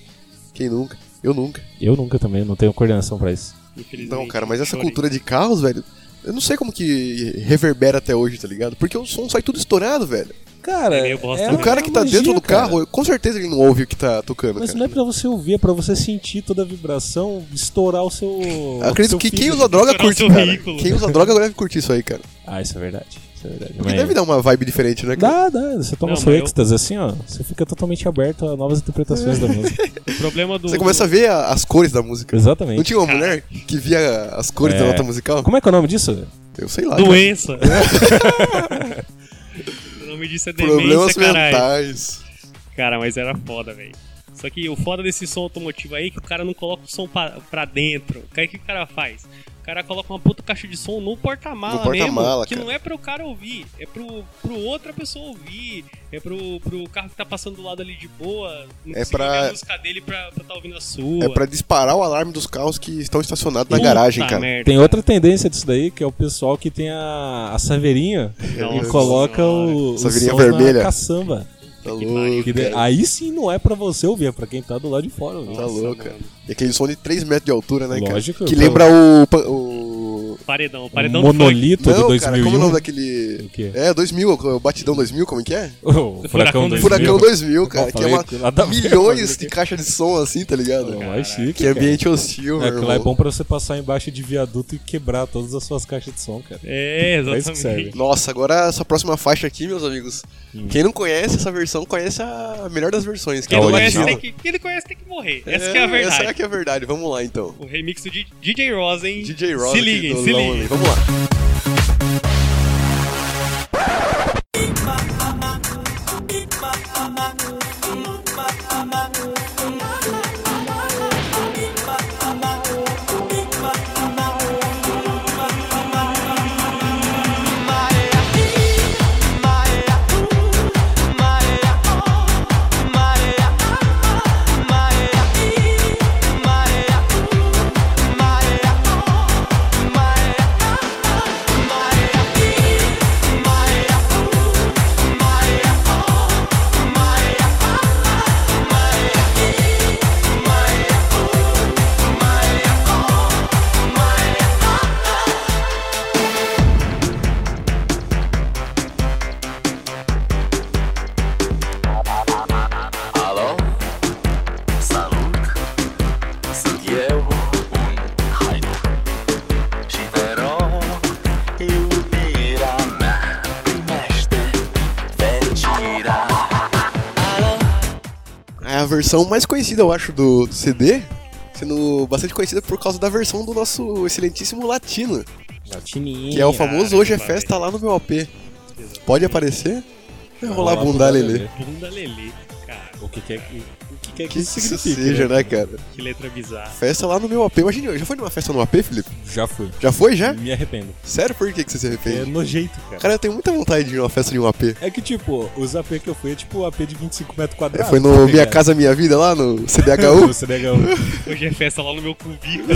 [SPEAKER 4] Quem nunca? Eu nunca.
[SPEAKER 3] Eu nunca também, não tenho coordenação pra isso.
[SPEAKER 5] Infelizmente,
[SPEAKER 4] Não, cara, mas essa
[SPEAKER 5] chorei.
[SPEAKER 4] cultura de carros, velho. Eu não sei como que reverbera até hoje, tá ligado? Porque o som sai tudo estourado, velho.
[SPEAKER 3] Cara,
[SPEAKER 5] É meio bosta,
[SPEAKER 3] é
[SPEAKER 5] né?
[SPEAKER 4] O cara que tá
[SPEAKER 3] magia,
[SPEAKER 4] dentro do
[SPEAKER 3] cara.
[SPEAKER 4] carro, com certeza ele não ouve o que tá tocando,
[SPEAKER 3] Mas
[SPEAKER 4] cara.
[SPEAKER 3] não é pra você ouvir, é pra você sentir toda a vibração, estourar o seu.
[SPEAKER 4] Eu Acredito
[SPEAKER 3] seu
[SPEAKER 4] que quem
[SPEAKER 3] fígado.
[SPEAKER 4] usa droga
[SPEAKER 5] Estourar o
[SPEAKER 4] curte,
[SPEAKER 5] seu
[SPEAKER 4] cara.
[SPEAKER 5] veículo.
[SPEAKER 4] Quem usa droga deve curtir isso aí, cara.
[SPEAKER 3] Ah, isso é verdade. Isso é verdade.
[SPEAKER 4] Porque
[SPEAKER 3] Mas-
[SPEAKER 4] deve dar uma vibe diferente, né, cara?
[SPEAKER 3] Dá, dá. Você toma
[SPEAKER 5] Não,
[SPEAKER 3] seu
[SPEAKER 5] mas eu-
[SPEAKER 3] êxtase assim, ó. Você fica totalmente aberto a novas interpretações da música.
[SPEAKER 5] O problema do.
[SPEAKER 4] Você começa a ver a- as cores da música.
[SPEAKER 3] Exatamente.
[SPEAKER 4] Não tinha uma mulher que via as cores da
[SPEAKER 3] É.
[SPEAKER 4] nota musical?
[SPEAKER 3] Como é que é o nome disso?
[SPEAKER 4] Eu sei lá. cara.
[SPEAKER 5] Doença. o nome disso é demência,
[SPEAKER 4] Problemas
[SPEAKER 5] caralho.
[SPEAKER 4] mentais.
[SPEAKER 5] Cara, mas era foda, velho. Só que o foda desse som automotivo aí é que o cara não coloca o som pra, pra dentro. O que, que o cara faz? O cara coloca uma puta caixa de som no porta-mala
[SPEAKER 4] No porta-mala,
[SPEAKER 5] mesmo, que
[SPEAKER 4] cara.
[SPEAKER 5] não é pro cara ouvir, é pro, pro outra pessoa ouvir, é pro, pro carro que tá passando do lado ali de boa, não
[SPEAKER 4] É
[SPEAKER 5] conseguir
[SPEAKER 4] pra-
[SPEAKER 5] ver a música dele pra, pra tá ouvindo a sua.
[SPEAKER 4] É pra disparar o alarme dos carros que estão estacionados na
[SPEAKER 5] Puta
[SPEAKER 4] garagem, cara.
[SPEAKER 5] merda,
[SPEAKER 3] Tem outra tendência disso daí, que é o pessoal que tem a, a saveirinha e
[SPEAKER 5] Nossa
[SPEAKER 3] coloca o, o
[SPEAKER 4] Saveirinha
[SPEAKER 3] som
[SPEAKER 4] vermelha.
[SPEAKER 3] na caçamba.
[SPEAKER 4] Tá
[SPEAKER 5] que pariu,
[SPEAKER 4] louco,
[SPEAKER 3] Que de-
[SPEAKER 4] cara.
[SPEAKER 3] aí sim não é pra você ouvir, é pra quem tá do lado de fora. ouvir.
[SPEAKER 4] Tá
[SPEAKER 5] Nossa,
[SPEAKER 4] louco, cara.
[SPEAKER 5] mano.
[SPEAKER 4] E aquele som de 3 metros de altura, né, cara?
[SPEAKER 3] Lógico,
[SPEAKER 4] Que
[SPEAKER 3] tá
[SPEAKER 4] lembra o... pa- o...
[SPEAKER 5] Paredão,
[SPEAKER 3] Um
[SPEAKER 5] paredão do funk.
[SPEAKER 3] monolito de
[SPEAKER 4] Não, cara,
[SPEAKER 3] 2001.
[SPEAKER 4] como é o nome daquele...
[SPEAKER 3] O quê?
[SPEAKER 4] É, 2000, o Batidão 2000, como é que é?
[SPEAKER 3] O Furacão
[SPEAKER 5] Furacão
[SPEAKER 3] 2000.
[SPEAKER 4] Furacão 2000,
[SPEAKER 3] Eu
[SPEAKER 4] cara, que é
[SPEAKER 3] falei
[SPEAKER 4] uma
[SPEAKER 3] que nada a ver,
[SPEAKER 4] milhões
[SPEAKER 3] mas-
[SPEAKER 4] de caixas de som assim, tá ligado?
[SPEAKER 3] Não, é chique,
[SPEAKER 4] Que ambiente hostil,
[SPEAKER 3] cara. É,
[SPEAKER 4] meu
[SPEAKER 3] aquilo lá é
[SPEAKER 4] irmão.
[SPEAKER 3] bom pra você passar embaixo de viaduto e quebrar todas as suas caixas de som, cara.
[SPEAKER 5] É,
[SPEAKER 3] Pra isso que
[SPEAKER 5] exatamente.
[SPEAKER 3] serve.
[SPEAKER 4] Nossa, agora essa próxima faixa aqui, meus amigos.
[SPEAKER 3] Hum.
[SPEAKER 4] Quem não conhece essa versão, conhece a melhor das versões, que
[SPEAKER 5] Quem
[SPEAKER 4] é a
[SPEAKER 5] não, conhece
[SPEAKER 4] original.
[SPEAKER 5] tem que, quem não conhece tem que morrer. Essa que é a
[SPEAKER 4] Essa
[SPEAKER 5] verdade.
[SPEAKER 4] que é a verdade, vamos lá então.
[SPEAKER 5] O remix do D- DJ Rosa, hein?
[SPEAKER 4] DJ Rock
[SPEAKER 5] Se liguem,
[SPEAKER 4] do
[SPEAKER 5] se
[SPEAKER 4] Lonely,
[SPEAKER 5] liguem.
[SPEAKER 4] vamos lá.
[SPEAKER 1] Алло? Салут? Судьеву ун хайду. Шидеро юбирана. Примеште венчира. Алло?
[SPEAKER 4] É a versão mais conhecida, eu acho, do do CD. Sendo bastante conhecida por causa da versão do nosso excelentíssimo Latino.
[SPEAKER 3] Latininha.
[SPEAKER 4] Que é o famoso
[SPEAKER 3] ah,
[SPEAKER 5] Caramba,
[SPEAKER 4] Hoje é Festa lá no meu AP. Pode aparecer? Vai é rolar bunda, Lelê.
[SPEAKER 5] Bunda Lelê, cara.
[SPEAKER 3] O que que é que, o que, que, é que
[SPEAKER 4] Que
[SPEAKER 3] isso
[SPEAKER 4] isso
[SPEAKER 3] significa?
[SPEAKER 4] seja, né, cara?
[SPEAKER 5] Que letra bizarra.
[SPEAKER 4] Festa lá no meu AP. Imagina, já foi numa festa no AP, Felipe?
[SPEAKER 3] Já fui.
[SPEAKER 4] Já foi, já?
[SPEAKER 3] Me arrependo.
[SPEAKER 4] Sério, por que, que você se
[SPEAKER 3] É
[SPEAKER 4] arrepende?
[SPEAKER 3] nojento, cara.
[SPEAKER 4] É? Cara, eu tenho muita vontade de ir numa festa de um AP.
[SPEAKER 3] É que, tipo, os AP que eu fui é tipo AP de 25 metros
[SPEAKER 4] É,
[SPEAKER 3] quadrados.
[SPEAKER 4] foi no Minha Casa Minha Vida lá, no CDHU.
[SPEAKER 3] Você um, legal.
[SPEAKER 5] Hoje é festa lá no meu cubículo.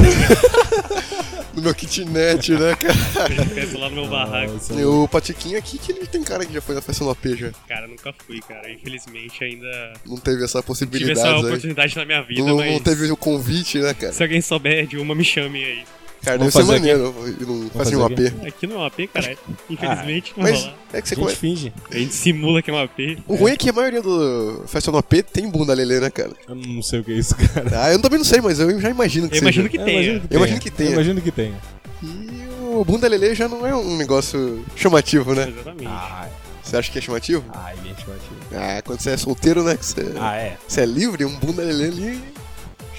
[SPEAKER 4] no meu kitnet, né, cara?
[SPEAKER 5] Eu peço é lá no meu barraco.
[SPEAKER 3] Nossa,
[SPEAKER 4] E o Patiquinho aqui, que ele tem cara que já foi na festa do AP já.
[SPEAKER 5] Cara, nunca fui, cara. Infelizmente ainda
[SPEAKER 4] Não teve essa
[SPEAKER 5] tive essa
[SPEAKER 4] possibilidade, né?
[SPEAKER 5] oportunidade na minha vida,
[SPEAKER 4] Não, não
[SPEAKER 5] mas.
[SPEAKER 4] teve o convite, né, cara?
[SPEAKER 5] Se alguém souber de uma, me chame aí.
[SPEAKER 4] Cara, deve
[SPEAKER 3] Vamos
[SPEAKER 4] ser
[SPEAKER 3] fazer
[SPEAKER 4] maneiro ir num
[SPEAKER 3] fazer
[SPEAKER 4] fazer um AP.
[SPEAKER 3] aqui.
[SPEAKER 5] Aqui não é um AP, cara. Infelizmente, não
[SPEAKER 4] Mas
[SPEAKER 5] rola.
[SPEAKER 4] é que você
[SPEAKER 3] a gente
[SPEAKER 4] come...
[SPEAKER 3] finge.
[SPEAKER 5] A gente simula que é um AP.
[SPEAKER 4] O ruim é que a maioria do festa no AP tem bunda lelê, né, cara?
[SPEAKER 3] Eu não sei o que é isso, cara.
[SPEAKER 4] Ah, eu também não sei, mas eu já imagino que
[SPEAKER 5] Eu
[SPEAKER 4] seja.
[SPEAKER 5] imagino que
[SPEAKER 3] Eu
[SPEAKER 5] tenha.
[SPEAKER 3] imagino que
[SPEAKER 4] Eu imagino que
[SPEAKER 3] Eu
[SPEAKER 4] tenha.
[SPEAKER 3] imagino que tenha.
[SPEAKER 4] E o bunda lelê já não é um negócio chamativo, né?
[SPEAKER 5] Exatamente.
[SPEAKER 3] Ah,
[SPEAKER 4] Você acha que é chamativo?
[SPEAKER 3] ah, ele é chamativo.
[SPEAKER 4] Ah, quando você é solteiro, né? Que você,
[SPEAKER 3] Ah, é.
[SPEAKER 4] você é livre, um bunda lelê ali.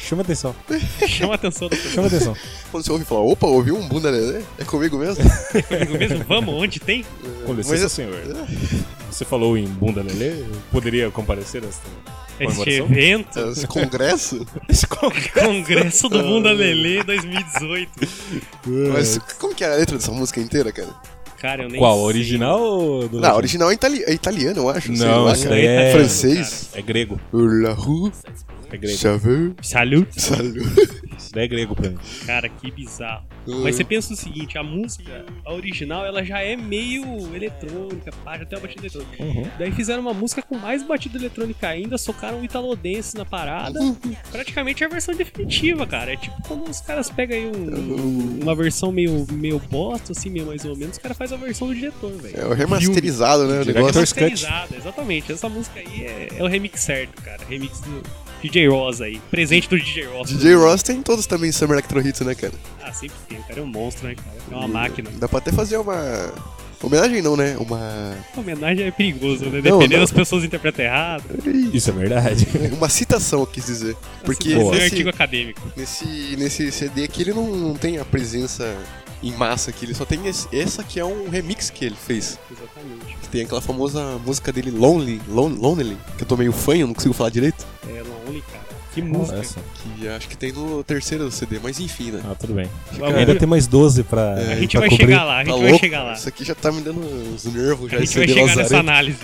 [SPEAKER 3] Chama atenção.
[SPEAKER 5] Chama a atenção da pessoa
[SPEAKER 3] Chama atenção.
[SPEAKER 4] Quando você ouve falar, opa, ouviu um bunda lelê? É comigo mesmo?
[SPEAKER 5] comigo mesmo. Vamos, onde tem?
[SPEAKER 3] Com licença,
[SPEAKER 4] Mas-
[SPEAKER 3] senhor. Você falou em bunda lelê? Eu poderia comparecer a esta
[SPEAKER 5] Este
[SPEAKER 3] comemoração?
[SPEAKER 5] evento.
[SPEAKER 4] É Esse congresso?
[SPEAKER 5] Congresso do Mundo Lelê 2018.
[SPEAKER 4] Mas como que é a letra dessa música inteira, cara?
[SPEAKER 5] Cara, eu nem
[SPEAKER 3] Qual?
[SPEAKER 5] sei.
[SPEAKER 3] Original ou do
[SPEAKER 4] Não, a original é, itali é italiano, eu acho. sei
[SPEAKER 3] Não,
[SPEAKER 4] lá,
[SPEAKER 3] essa
[SPEAKER 4] cara.
[SPEAKER 3] daí é-
[SPEAKER 4] Francês?
[SPEAKER 3] É grego.
[SPEAKER 4] La rue,
[SPEAKER 3] É grego.
[SPEAKER 4] saveur,
[SPEAKER 5] Salute.
[SPEAKER 4] salut.
[SPEAKER 3] Isso daí é grego pra mim.
[SPEAKER 5] Cara, que bizarro.
[SPEAKER 4] Hum.
[SPEAKER 5] Mas você pensa o seguinte, a música, a original, ela já é meio eletrônica, pá, já tem uma batida eletrônica.
[SPEAKER 3] Uhum.
[SPEAKER 5] Daí fizeram uma música com mais batida eletrônica ainda, socaram um italodense na parada.
[SPEAKER 4] Uhum.
[SPEAKER 5] Praticamente é a versão definitiva, cara. É tipo quando os caras pegam aí um- uma versão meio, meio bosta, assim, meio mais ou menos, os caras fazem a versão do diretor, velho.
[SPEAKER 4] É o remasterizado, né? O
[SPEAKER 3] Direct
[SPEAKER 4] negócio.
[SPEAKER 3] First Cut.
[SPEAKER 5] Masterizada, é exatamente. Essa música aí é, é o remix certo, cara. Remix do DJ Ross aí. Presente do DJ Ross.
[SPEAKER 4] DJ Ross tem todos também Summer Electro Hits, né, cara?
[SPEAKER 5] Ah, sempre tem, o cara é um monstro, né, cara? É uma máquina.
[SPEAKER 4] Dá pra até fazer uma. Homenagem não, né? Uma.
[SPEAKER 5] Homenagem é perigoso, né?
[SPEAKER 4] Não,
[SPEAKER 5] Dependendo
[SPEAKER 4] não.
[SPEAKER 5] das pessoas interpretam errado.
[SPEAKER 3] Isso é verdade.
[SPEAKER 4] Uma citação, eu quis dizer. Porque
[SPEAKER 5] Assim,
[SPEAKER 3] Boa.
[SPEAKER 5] é um
[SPEAKER 4] nesse,
[SPEAKER 5] artigo acadêmico.
[SPEAKER 4] nesse, nesse CD aqui ele não, não tem a presença em massa aqui, ele só tem esse- essa que é um remix que ele fez.
[SPEAKER 5] Exatamente.
[SPEAKER 4] Que Tem aquela famosa música dele, Lonely, Lon- Lonely, que eu tô meio fã, eu não consigo falar direito.
[SPEAKER 5] É Lonely, cara. Que música.
[SPEAKER 3] Essa.
[SPEAKER 4] Que acho que tem no terceiro CD, mas enfim, né?
[SPEAKER 3] Ah, tudo bem.
[SPEAKER 5] Vamos
[SPEAKER 3] Ainda
[SPEAKER 5] ver.
[SPEAKER 3] tem mais 12 pra,
[SPEAKER 5] É. A gente
[SPEAKER 3] pra
[SPEAKER 5] vai
[SPEAKER 3] cobrir.
[SPEAKER 5] chegar lá, a gente
[SPEAKER 4] tá
[SPEAKER 5] vai
[SPEAKER 4] louco?
[SPEAKER 5] chegar lá.
[SPEAKER 4] Isso aqui já tá me dando uns nervos já
[SPEAKER 5] A gente
[SPEAKER 4] esse
[SPEAKER 5] vai
[SPEAKER 4] CD
[SPEAKER 5] chegar
[SPEAKER 4] lazarento.
[SPEAKER 5] nessa análise.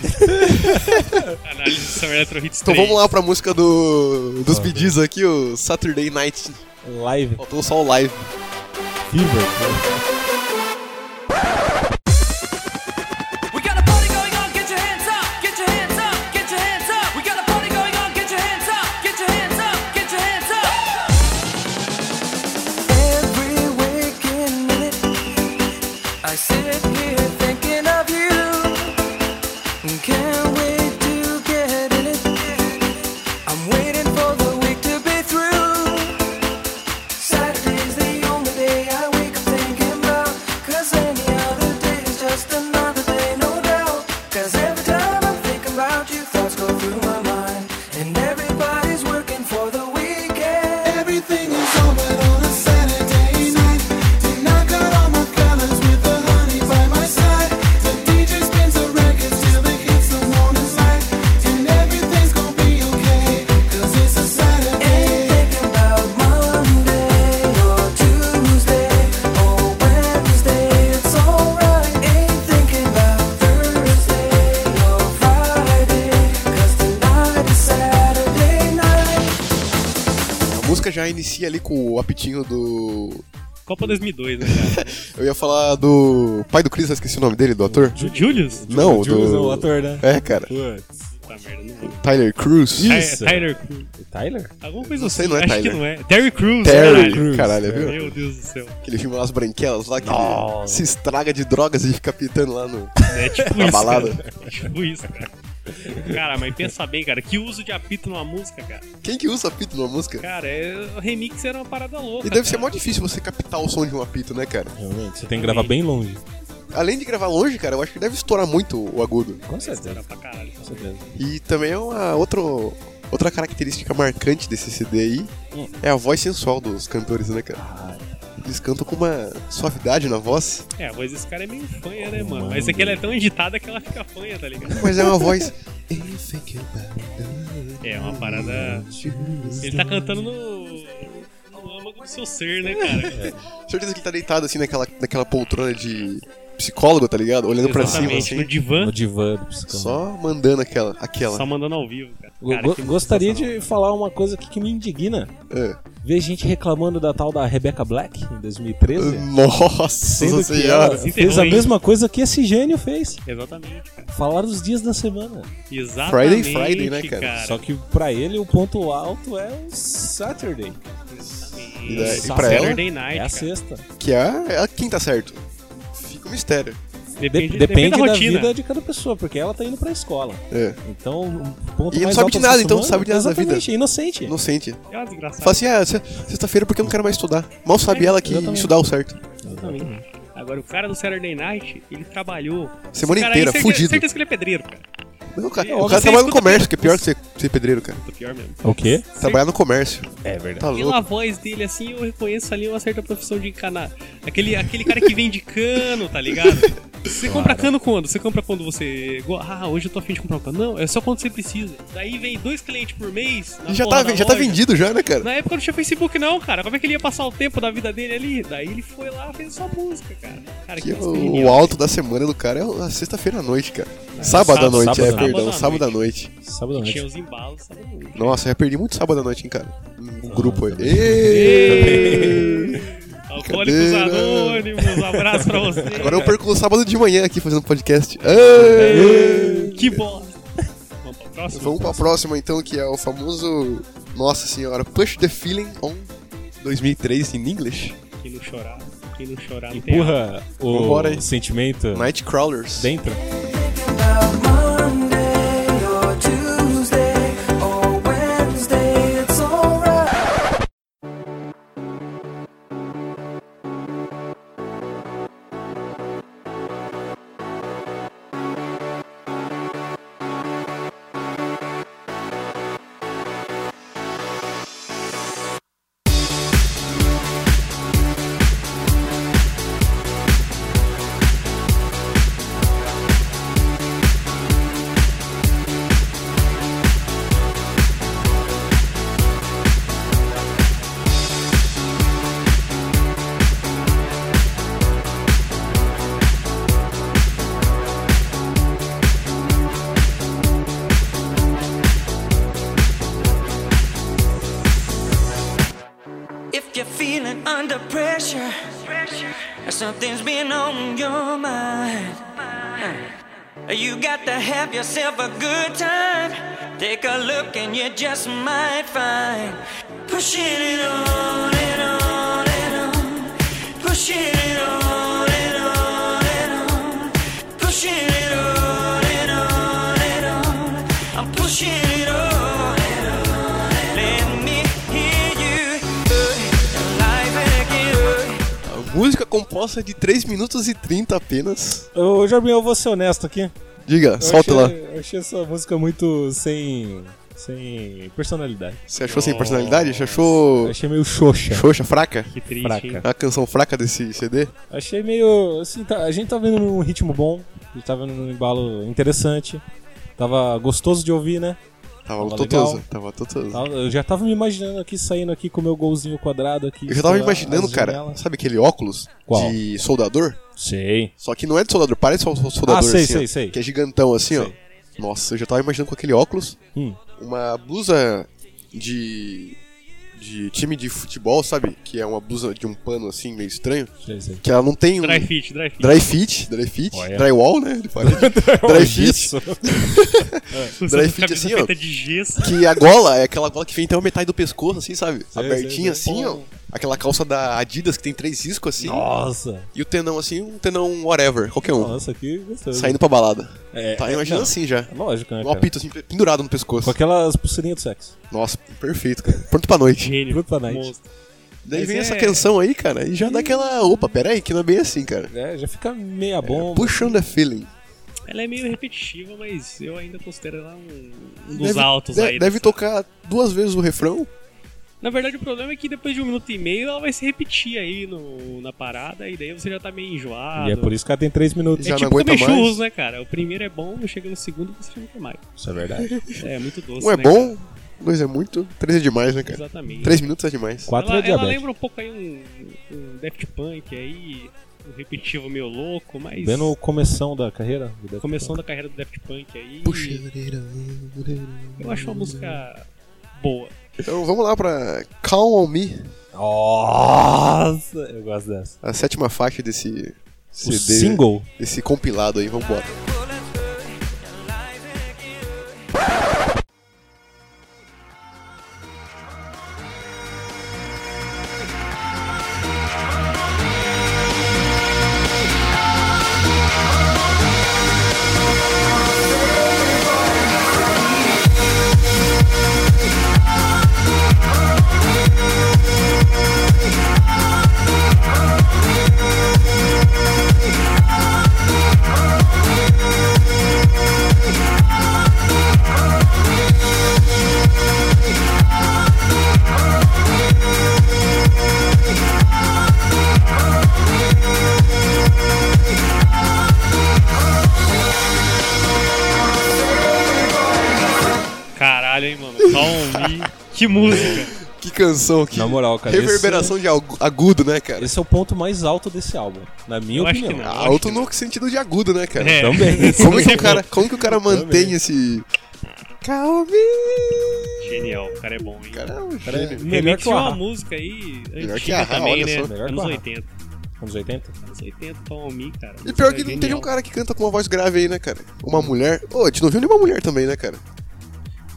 [SPEAKER 5] análise do Summer Electro Hits 3.
[SPEAKER 4] Então vamos lá pra música do, dos
[SPEAKER 3] Ah,
[SPEAKER 4] pedidos aqui, o Saturday Night.
[SPEAKER 3] Live
[SPEAKER 4] Faltou só o live.
[SPEAKER 3] Fever.
[SPEAKER 7] We got a party going on, get your hands up, get your hands up, get your hands up. We got a party going on, get your hands up, get your hands up, get your hands up. Every waking minute, I sit here thinking of you. Can't wait to get in it. I'm waiting for the week to be through. Saturday's the only day I wake up thinking about. 'Cause any other day is just another day, no doubt. 'Cause every time I'm thinking about you, thoughts go through my mind. And everybody's working for the weekend. Everything is over on a Saturday night. Then I got all my colors with the honey by my side. The DJ spins the records till it hits the morning light. And everything's gonna be okay. 'Cause it's a Saturday. Thinking about Monday or Tuesday or Wednesday, it's alright. Ain't thinking about Thursday or Friday, 'cause tonight is Saturday night.
[SPEAKER 4] A música já inicia ali com o apitinho do.
[SPEAKER 5] Copa 2002, né, cara?
[SPEAKER 4] Eu ia falar do. Pai do Chris, eu esqueci o nome dele, do ator?
[SPEAKER 5] Ju- Julius?
[SPEAKER 4] Não,
[SPEAKER 3] Julius é o
[SPEAKER 4] do.
[SPEAKER 3] ator, né?
[SPEAKER 4] É, cara.
[SPEAKER 3] Putz.
[SPEAKER 5] Puta merda, não vou.
[SPEAKER 4] Tyler Cruz.
[SPEAKER 3] Ih,
[SPEAKER 5] Ty-
[SPEAKER 3] Isso.
[SPEAKER 5] Tyler
[SPEAKER 3] Tyler?
[SPEAKER 5] Alguma coisa
[SPEAKER 4] Não sei,
[SPEAKER 5] assim.
[SPEAKER 4] não é
[SPEAKER 5] Acho
[SPEAKER 4] Tyler.
[SPEAKER 5] que não é. Terry Crews, caralho.
[SPEAKER 4] Terry.
[SPEAKER 3] Cruz,
[SPEAKER 4] Caralho, viu?
[SPEAKER 5] Meu Deus do céu.
[SPEAKER 4] Aquele filme lá, As Branquelas, lá que ele
[SPEAKER 5] Nossa.
[SPEAKER 4] se estraga de drogas e fica pitando lá no.
[SPEAKER 5] É tipo
[SPEAKER 4] Na
[SPEAKER 5] isso.
[SPEAKER 4] balada.
[SPEAKER 5] Cara. É tipo isso, cara. Cara, mas pensa bem, cara. Que uso de apito numa música, cara?
[SPEAKER 4] Quem que usa apito numa música?
[SPEAKER 5] Cara, é... o remix era uma parada louca.
[SPEAKER 4] E deve ser
[SPEAKER 5] cara.
[SPEAKER 4] mó difícil você captar o som de um apito, né, cara?
[SPEAKER 3] Realmente. Você tem que gravar bem longe.
[SPEAKER 4] Além de gravar longe, cara, eu acho que deve estourar muito o agudo.
[SPEAKER 3] Com
[SPEAKER 5] Era
[SPEAKER 3] certeza.
[SPEAKER 5] pra caralho.
[SPEAKER 3] Com certeza.
[SPEAKER 4] E também é uma outro, outra característica marcante desse CD aí
[SPEAKER 3] Hum. Ah.
[SPEAKER 4] é a voz sensual dos cantores, né, cara? Eles cantam com uma suavidade na voz,
[SPEAKER 5] É, a voz desse cara é meio fanha, né, mano? Mas é que ela é tão editada que ela fica fanha, tá ligado?
[SPEAKER 4] mas é uma voz.
[SPEAKER 5] É, uma parada. Ele tá cantando no. no âmago do seu ser, né, cara?
[SPEAKER 4] É. Certeza que ele tá deitado assim naquela, naquela poltrona de psicólogo, tá ligado? Olhando pra cima,
[SPEAKER 5] Exatamente,
[SPEAKER 4] assim.
[SPEAKER 5] no divã,
[SPEAKER 3] No divã do psicólogo.
[SPEAKER 4] Só mandando aquela. aquela.
[SPEAKER 5] só mandando ao vivo, cara.
[SPEAKER 3] Eu
[SPEAKER 5] Cara,
[SPEAKER 3] go-
[SPEAKER 5] que música
[SPEAKER 3] gostaria
[SPEAKER 5] sensacional.
[SPEAKER 3] de falar uma coisa aqui que me indigna.
[SPEAKER 4] É.
[SPEAKER 3] Ver gente reclamando da tal da Rebecca Black em 2013.
[SPEAKER 4] Nossa
[SPEAKER 3] Sendo que ela
[SPEAKER 4] senhora.
[SPEAKER 3] fez a
[SPEAKER 5] Enterrou, hein?
[SPEAKER 3] mesma coisa que esse gênio fez.
[SPEAKER 5] Exatamente, cara.
[SPEAKER 3] Falar os dias da semana.
[SPEAKER 5] Exatamente,
[SPEAKER 4] Friday, né, cara?
[SPEAKER 3] Só que pra ele o ponto alto é o Saturday.
[SPEAKER 4] É, E daí-
[SPEAKER 5] Só
[SPEAKER 4] e pra ela,
[SPEAKER 5] Saturday Night,
[SPEAKER 3] É a
[SPEAKER 5] cara.
[SPEAKER 3] sexta.
[SPEAKER 4] que é, a- é a quinta, certo? Fica um mistério.
[SPEAKER 5] Depende,
[SPEAKER 3] De-
[SPEAKER 5] depende da
[SPEAKER 3] da,
[SPEAKER 5] rotina.
[SPEAKER 3] vida de cada pessoa, porque ela tá indo pra escola.
[SPEAKER 4] É.
[SPEAKER 3] Então, o ponto
[SPEAKER 4] E não
[SPEAKER 3] mais
[SPEAKER 4] sabe
[SPEAKER 3] alto
[SPEAKER 4] de
[SPEAKER 3] da
[SPEAKER 4] nada, então,
[SPEAKER 3] semana-
[SPEAKER 4] sabe de nada da vida.
[SPEAKER 3] Exatamente, é inocente.
[SPEAKER 4] Inocente.
[SPEAKER 5] É uma desgraçada.
[SPEAKER 4] Fala assim, ah, se- sexta-feira porque eu não quero mais estudar. Mal sabe ela que
[SPEAKER 3] exatamente.
[SPEAKER 4] estudar é o certo.
[SPEAKER 5] Exatamente. Agora, o cara do Saturday Night, ele trabalhou.
[SPEAKER 4] Semana
[SPEAKER 5] Esse cara
[SPEAKER 4] inteira,
[SPEAKER 5] aí, certeza-
[SPEAKER 4] fudido.
[SPEAKER 5] Certeza que ele é pedreiro, cara.
[SPEAKER 4] Não, cara,
[SPEAKER 5] Eu-
[SPEAKER 4] o
[SPEAKER 5] você
[SPEAKER 4] cara trabalha no
[SPEAKER 5] escuta
[SPEAKER 4] comércio,
[SPEAKER 5] pedreiro.
[SPEAKER 4] que é pior que ser, ser pedreiro, cara.
[SPEAKER 5] Do pior mesmo.
[SPEAKER 3] O quê?
[SPEAKER 4] Trabalhar no comércio.
[SPEAKER 3] É verdade.
[SPEAKER 4] Tá
[SPEAKER 5] Pela
[SPEAKER 4] louco.
[SPEAKER 5] voz dele, assim, eu reconheço ali uma certa profissão de encanar. Aquele, aquele cara que vende cano, tá ligado? Você compra cano quando? Você compra quando você. go- Ah, hoje eu tô afim de comprar um cano. Não, é só quando você precisa. Daí vem dois clientes por mês. na
[SPEAKER 4] E já
[SPEAKER 5] porra
[SPEAKER 4] tá,
[SPEAKER 5] da
[SPEAKER 4] já tá
[SPEAKER 5] loja.
[SPEAKER 4] vendido já, né, cara?
[SPEAKER 5] Na época não é tinha Facebook, não, cara. Como é que ele ia passar o tempo da vida dele ali? Daí ele foi lá fez sua música, cara. Cara,
[SPEAKER 4] Que é
[SPEAKER 5] música
[SPEAKER 4] o,
[SPEAKER 5] genial.
[SPEAKER 4] o alto da semana do cara é a sexta-feira à noite, cara. Sábado à
[SPEAKER 3] sábado,
[SPEAKER 4] noite, é,
[SPEAKER 3] sábado à
[SPEAKER 4] perdão.
[SPEAKER 5] noite.
[SPEAKER 4] Sábado à noite.
[SPEAKER 3] Sábado à
[SPEAKER 5] Tinha
[SPEAKER 3] noite.
[SPEAKER 5] os embalos, tá sabe?
[SPEAKER 4] Nossa, eu já perdi muito sábado à noite, hein, cara. Um grupo aí. Ê!
[SPEAKER 5] Alcoólicos
[SPEAKER 4] Brincadeira.
[SPEAKER 5] Anônimos, um abraço pra você.
[SPEAKER 4] Agora eu perco o sábado de manhã aqui fazendo podcast. Ê!
[SPEAKER 5] Ei, Que bosta. Vamos pra próxima?
[SPEAKER 4] Vamos pra próxima então, que é o famoso. Nossa senhora, Push the Feeling on 2003 em English.
[SPEAKER 5] Quem não chorar, quem não chorar não tem alma.
[SPEAKER 3] Empurra o
[SPEAKER 4] Vambora aí.
[SPEAKER 3] sentimento
[SPEAKER 4] Nightcrawlers.
[SPEAKER 3] dentro.
[SPEAKER 7] About Monday or Tuesday or Wednesday, it's alright. If you're feeling under pressure, or something's been on your mind, huh, you got to have yourself a good time. Take a look and you just might find pushing it on and on and on, pushing it on and on and on, pushing it on and on and on. I'm pushing it on and on. Let me hear you. Uh, life again. Uh.
[SPEAKER 4] A música composta de 3 minutos e 30 apenas.
[SPEAKER 3] Ô, Jobim, eu vou ser honesto aqui.
[SPEAKER 4] Diga,
[SPEAKER 3] Eu
[SPEAKER 4] solta lá.
[SPEAKER 3] achei, Eu achei essa música muito sem. sem personalidade.
[SPEAKER 4] Você achou
[SPEAKER 3] Oh.
[SPEAKER 4] sem personalidade? Você achou
[SPEAKER 3] Eu achei meio xoxa.
[SPEAKER 4] xoxa, fraca?
[SPEAKER 5] Que triste,
[SPEAKER 3] Fraca.
[SPEAKER 5] hein?
[SPEAKER 4] A canção fraca desse CD?
[SPEAKER 3] Achei meio. Assim, tá- a gente tá vendo num ritmo bom, a gente tá vendo num embalo interessante. Tava gostoso de ouvir, né?
[SPEAKER 4] Tava
[SPEAKER 3] Tava
[SPEAKER 4] totoso,
[SPEAKER 3] legal.
[SPEAKER 4] tava totoso.
[SPEAKER 3] Tava- Eu já tava me imaginando aqui, saindo aqui com o meu golzinho quadrado aqui.
[SPEAKER 4] Eu já tava
[SPEAKER 3] pela-
[SPEAKER 4] imaginando,
[SPEAKER 3] as
[SPEAKER 4] cara,
[SPEAKER 3] janelas.
[SPEAKER 4] sabe aquele óculos
[SPEAKER 3] Qual?
[SPEAKER 4] de soldador?
[SPEAKER 3] Sei.
[SPEAKER 4] Só que não é de soldador, parece sol- soldador
[SPEAKER 3] Ah, sei,
[SPEAKER 4] assim,
[SPEAKER 3] sei,
[SPEAKER 4] ó,
[SPEAKER 3] sei.
[SPEAKER 4] que é gigantão assim,
[SPEAKER 3] Sei.
[SPEAKER 4] ó. Nossa, eu já tava imaginando com aquele óculos,
[SPEAKER 3] Hum.
[SPEAKER 4] uma blusa de de time de futebol, sabe? Que é uma blusa de um pano assim meio estranho,
[SPEAKER 3] Sei, sei.
[SPEAKER 4] que ela não tem um
[SPEAKER 5] Dry fit, dry fit.
[SPEAKER 4] dry fit, dry fit,
[SPEAKER 3] Olha.
[SPEAKER 4] drywall, né? Ele fala. dry fit,
[SPEAKER 3] Isso.
[SPEAKER 5] Usando
[SPEAKER 4] dry fit
[SPEAKER 5] camisa
[SPEAKER 4] assim, ó.
[SPEAKER 5] feita de gesso.
[SPEAKER 4] que a gola é aquela gola que vem até a metade do pescoço assim, sabe?
[SPEAKER 3] Sei,
[SPEAKER 4] Abertinha
[SPEAKER 3] sei, sei.
[SPEAKER 4] assim, ó. Aquela calça da Adidas que tem três riscos assim,
[SPEAKER 3] Nossa.
[SPEAKER 4] e o tenão assim, um tenão whatever, qualquer um,
[SPEAKER 3] Nossa, que gostoso.
[SPEAKER 4] saindo pra balada.
[SPEAKER 3] É,
[SPEAKER 4] Tá
[SPEAKER 3] é,
[SPEAKER 4] imaginando
[SPEAKER 3] não.
[SPEAKER 4] assim já.
[SPEAKER 3] Lógico, né?
[SPEAKER 4] Um
[SPEAKER 3] Cara?
[SPEAKER 4] apito assim, pendurado no pescoço.
[SPEAKER 3] Com aquelas pulseirinhas do sexo.
[SPEAKER 4] Nossa, perfeito, cara. Pronto pra noite.
[SPEAKER 5] Gênio.
[SPEAKER 3] Good night.
[SPEAKER 5] monstro.
[SPEAKER 4] Daí
[SPEAKER 5] Mas
[SPEAKER 4] vem
[SPEAKER 5] é-
[SPEAKER 4] essa canção aí, cara, e já dá aquela. Opa, pera aí, que não é bem assim, cara.
[SPEAKER 3] É, já fica meia bomba.
[SPEAKER 4] Puxando the feeling.
[SPEAKER 5] Ela é meio repetitiva, mas eu ainda considero ela um, um dos
[SPEAKER 4] Deve-
[SPEAKER 5] altos
[SPEAKER 4] de-
[SPEAKER 5] aí.
[SPEAKER 4] Deve
[SPEAKER 5] dessa-
[SPEAKER 4] tocar duas vezes o refrão.
[SPEAKER 5] Na verdade, o problema é que depois de um minuto e meio ela vai se repetir aí no, na parada, e daí você já tá meio enjoado.
[SPEAKER 3] E é por isso que ela tem 3 minutos.
[SPEAKER 5] É
[SPEAKER 4] Já não
[SPEAKER 5] tipo
[SPEAKER 4] aguenta
[SPEAKER 5] comer
[SPEAKER 4] mais.
[SPEAKER 5] churros, né, cara? O primeiro é bom, chega no segundo você já não quer mais.
[SPEAKER 3] Isso é verdade.
[SPEAKER 5] É muito doce.
[SPEAKER 4] Um é
[SPEAKER 5] né, cara?
[SPEAKER 4] bom, dois é muito, três é demais, né, cara?
[SPEAKER 5] Exatamente.
[SPEAKER 4] Três minutos é demais.
[SPEAKER 3] 4
[SPEAKER 5] ela, um
[SPEAKER 3] é
[SPEAKER 5] ela
[SPEAKER 3] diabetes.
[SPEAKER 5] lembra um pouco aí um, um Daft Punk aí. repetitivo meio louco, mas.
[SPEAKER 3] Bem no começão da carreira. do Death
[SPEAKER 5] Começando
[SPEAKER 3] Punk.
[SPEAKER 5] a carreira do Daft Punk aí.
[SPEAKER 4] Puxa. hum.
[SPEAKER 5] Eu acho uma música boa.
[SPEAKER 4] Então vamos lá pra Calm On Me,
[SPEAKER 3] Nossa, eu gosto dessa.
[SPEAKER 4] a sétima faixa desse
[SPEAKER 3] O
[SPEAKER 4] CD,
[SPEAKER 3] single.
[SPEAKER 4] desse compilado aí, vambora.
[SPEAKER 5] Caralho, hein, mano. Calm Me. Que música.
[SPEAKER 4] Que canção, que
[SPEAKER 3] Na moral, cara.
[SPEAKER 4] reverberação de algu- agudo, né, cara?
[SPEAKER 3] Esse, esse é o ponto mais alto desse álbum, na minha
[SPEAKER 5] Eu acho
[SPEAKER 3] opinião.
[SPEAKER 5] que não.
[SPEAKER 4] Alto no sentido de agudo, né, cara?
[SPEAKER 5] É.
[SPEAKER 3] Também.
[SPEAKER 4] Como, que o cara como que o cara mantém esse... Calm Me...
[SPEAKER 5] Genial, o cara é bom, hein?
[SPEAKER 4] Cara, é um
[SPEAKER 3] Cara,
[SPEAKER 4] gênio.
[SPEAKER 3] melhor
[SPEAKER 5] Ele
[SPEAKER 3] que
[SPEAKER 5] tinha
[SPEAKER 3] o
[SPEAKER 5] uma
[SPEAKER 3] Ahá.
[SPEAKER 5] música aí
[SPEAKER 4] Melhor que
[SPEAKER 5] antiga
[SPEAKER 4] Ahá,
[SPEAKER 5] também,
[SPEAKER 4] olha
[SPEAKER 5] né?
[SPEAKER 4] só,
[SPEAKER 3] melhor que
[SPEAKER 5] Anos
[SPEAKER 3] Ahá.
[SPEAKER 5] 80.
[SPEAKER 3] Anos 80?
[SPEAKER 5] Anos 80, Calm Me, cara.
[SPEAKER 4] E pior que
[SPEAKER 5] Música
[SPEAKER 4] não teve um
[SPEAKER 5] genial.
[SPEAKER 4] cara que canta com uma voz grave aí, né, cara? Uma mulher. Ô, a gente não viu nenhuma mulher também, né, cara?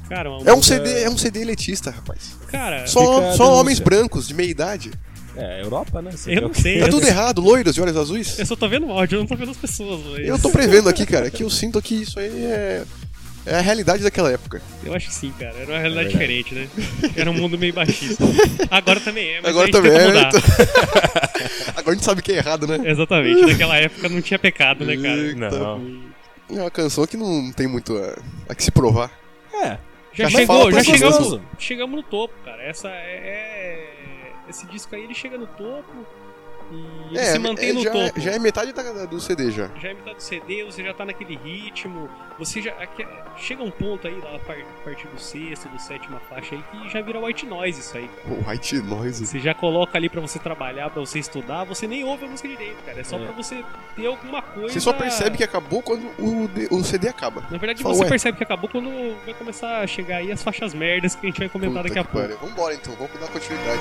[SPEAKER 5] Cara, uma
[SPEAKER 4] É um
[SPEAKER 5] música-
[SPEAKER 4] CD, é um CD elitista, rapaz.
[SPEAKER 5] Cara,
[SPEAKER 4] Só,
[SPEAKER 3] Fica
[SPEAKER 4] só
[SPEAKER 3] a denúncia.
[SPEAKER 4] homens brancos de meia idade.
[SPEAKER 3] É, Europa, né? Você
[SPEAKER 5] Eu
[SPEAKER 3] vê
[SPEAKER 5] não
[SPEAKER 3] o que
[SPEAKER 5] sei.
[SPEAKER 3] tem.
[SPEAKER 4] Tá tudo errado, loiros de olhos azuis?
[SPEAKER 5] eu só tô vendo o áudio, eu não tô vendo as pessoas. Mas
[SPEAKER 4] Eu tô prevendo aqui, cara, que eu sinto que isso aí é, é a realidade daquela época.
[SPEAKER 5] Eu acho que sim, cara. Era uma realidade
[SPEAKER 4] É
[SPEAKER 5] diferente, né? Era um mundo meio baixista. Agora também é, mas
[SPEAKER 4] Agora
[SPEAKER 5] a gente
[SPEAKER 4] também
[SPEAKER 5] tenta
[SPEAKER 4] é,
[SPEAKER 5] mudar.
[SPEAKER 4] Agora a gente sabe que é errado, né?
[SPEAKER 5] Exatamente. Naquela época não tinha pecado, né, cara?
[SPEAKER 4] Eita,
[SPEAKER 3] Não.
[SPEAKER 4] É uma canção que não tem muito a, a que se provar.
[SPEAKER 3] É,
[SPEAKER 5] Já
[SPEAKER 4] Já fala um
[SPEAKER 5] chegou, já
[SPEAKER 4] pra
[SPEAKER 5] chegamos,
[SPEAKER 3] gostoso.
[SPEAKER 5] chegamos no topo, cara. Essa é, é- Esse disco aí ele chega no topo e ele
[SPEAKER 4] é,
[SPEAKER 5] se mantém
[SPEAKER 4] é,
[SPEAKER 5] no
[SPEAKER 4] já,
[SPEAKER 5] topo.
[SPEAKER 4] já é metade da- da- do CD já.
[SPEAKER 5] Já é metade do CD, você já tá naquele ritmo. Você já. aque- Chega um ponto aí, lá a par- a partir do sexto, do sétima faixa aí, que já vira white noise isso aí, cara.
[SPEAKER 4] O White Noise.
[SPEAKER 5] Você já coloca ali pra você trabalhar, pra você estudar, você nem ouve a música direito, cara. É só
[SPEAKER 3] É.
[SPEAKER 5] pra você ter alguma coisa.
[SPEAKER 4] Você só percebe que acabou quando o, de- o CD acaba.
[SPEAKER 5] Na verdade,
[SPEAKER 4] Fala,
[SPEAKER 5] você
[SPEAKER 4] ué.
[SPEAKER 5] percebe que acabou quando vai começar a chegar aí as faixas merdas que a gente vai comentar
[SPEAKER 4] Puta
[SPEAKER 5] daqui a
[SPEAKER 4] que
[SPEAKER 5] pouco.
[SPEAKER 4] pariu. Vambora então, vamos dar continuidade.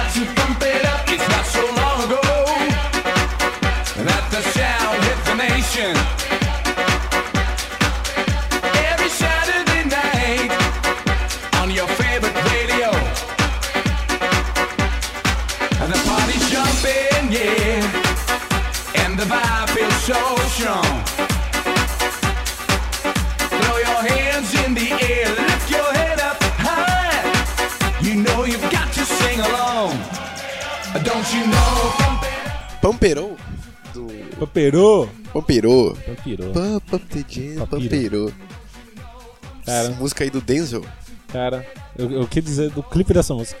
[SPEAKER 1] It's not so long ago that the sound hit the nation. Every Saturday night on your favorite radio. And the party's jumping, yeah. And the vibe feels so strong. Throw your hands in the air, lift your head up high. You know you've got to sing along. Don't you know?
[SPEAKER 4] Pamperou? Do...
[SPEAKER 3] Paperô!
[SPEAKER 4] Pamperou.
[SPEAKER 3] Pampirou.
[SPEAKER 4] Pam, pam, te jam,
[SPEAKER 3] Papiro.
[SPEAKER 4] Pamperou. Essa
[SPEAKER 3] Cara.
[SPEAKER 4] música aí do Denzel.
[SPEAKER 3] Cara, eu, eu queria dizer do clipe dessa música.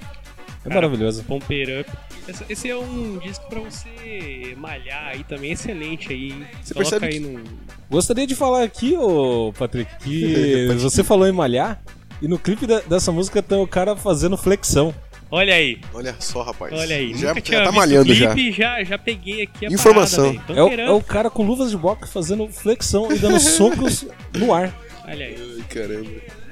[SPEAKER 3] É maravilhoso.
[SPEAKER 5] Pomper Up. Essa- Esse é um disco pra você malhar aí também, excelente aí. hein?
[SPEAKER 4] Você
[SPEAKER 5] Coloca
[SPEAKER 4] percebe que-
[SPEAKER 5] aí no.
[SPEAKER 3] Gostaria de falar aqui, ô Patrick, que você falou em malhar. E no clipe da- dessa música tem o cara fazendo flexão.
[SPEAKER 5] Olha aí,
[SPEAKER 4] Olha só, rapaz.
[SPEAKER 5] olha aí.
[SPEAKER 4] Já,
[SPEAKER 5] Nunca tinha
[SPEAKER 4] já tá
[SPEAKER 5] visto
[SPEAKER 4] malhando
[SPEAKER 5] o
[SPEAKER 4] já.
[SPEAKER 5] clipe, já. Já peguei aqui a
[SPEAKER 4] Informação.
[SPEAKER 5] Parada,
[SPEAKER 3] É o,
[SPEAKER 5] velho.
[SPEAKER 3] é o cara com luvas de boxe fazendo flexão e dando socos no ar.
[SPEAKER 5] Olha aí.
[SPEAKER 4] Ai, caramba.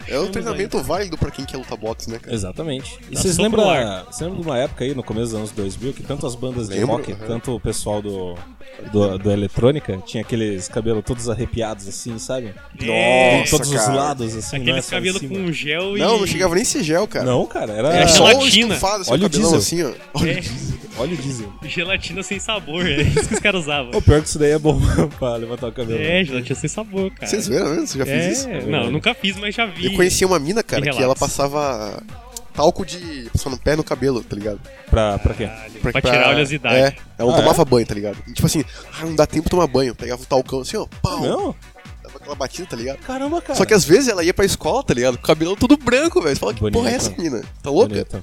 [SPEAKER 4] É um treinamento válido pra quem quer lutar boxe, né, cara?
[SPEAKER 3] Exatamente. E
[SPEAKER 5] Dá
[SPEAKER 3] vocês
[SPEAKER 5] soco
[SPEAKER 3] lembram,
[SPEAKER 5] no ar.
[SPEAKER 3] você lembra de uma época aí, no começo dos anos 2000, que tanto as bandas de
[SPEAKER 4] Lembro,
[SPEAKER 3] rock,
[SPEAKER 4] aham.
[SPEAKER 3] tanto o pessoal do, do, do eletrônica, tinha aqueles cabelos todos arrepiados assim, sabe?
[SPEAKER 5] É,
[SPEAKER 3] Em todos
[SPEAKER 4] cara.
[SPEAKER 3] os lados, assim, não é
[SPEAKER 5] Aqueles
[SPEAKER 3] só em
[SPEAKER 5] cabelos
[SPEAKER 3] cima.
[SPEAKER 5] com gel e.
[SPEAKER 4] Não, não chegava nem esse gel, cara.
[SPEAKER 3] Não, cara, era
[SPEAKER 5] É
[SPEAKER 4] Era só o
[SPEAKER 5] gelatina.
[SPEAKER 4] estufado, assim,
[SPEAKER 3] Olha
[SPEAKER 4] o
[SPEAKER 3] o
[SPEAKER 4] cabelão assim,
[SPEAKER 3] diesel.
[SPEAKER 4] ó. Olha
[SPEAKER 5] É.
[SPEAKER 4] o diesel.
[SPEAKER 3] óleo diesel.
[SPEAKER 5] Gelatina sem sabor, é isso que os caras usavam.
[SPEAKER 3] O pior que isso daí é bom pra levantar o cabelo.
[SPEAKER 5] É, gelatina sem sabor, cara.
[SPEAKER 4] Vocês viram, né? Você já fez isso?
[SPEAKER 5] É, não, eu nunca fiz, mas já vi.
[SPEAKER 4] Eu conheci uma mina, cara,
[SPEAKER 5] E
[SPEAKER 4] que ela
[SPEAKER 5] relatos.
[SPEAKER 4] passava talco de. passar no pé e no cabelo, tá ligado?
[SPEAKER 3] Pra, pra quê?
[SPEAKER 5] Pra, tirar a oleosidade.
[SPEAKER 4] É, eu
[SPEAKER 3] Ah,
[SPEAKER 4] tomava banho, tá ligado? E, tipo assim, ah, não dá tempo de tomar banho. Pegava um talcão assim, ó, pau,
[SPEAKER 3] Não?
[SPEAKER 4] dava aquela batida, tá ligado?
[SPEAKER 3] Caramba, cara.
[SPEAKER 4] Só que às vezes ela ia pra escola, tá ligado? Com o cabelo todo branco, velho. Você fala, que
[SPEAKER 3] Bonito.
[SPEAKER 4] porra é essa, menina? Tá louca?
[SPEAKER 3] Bonito.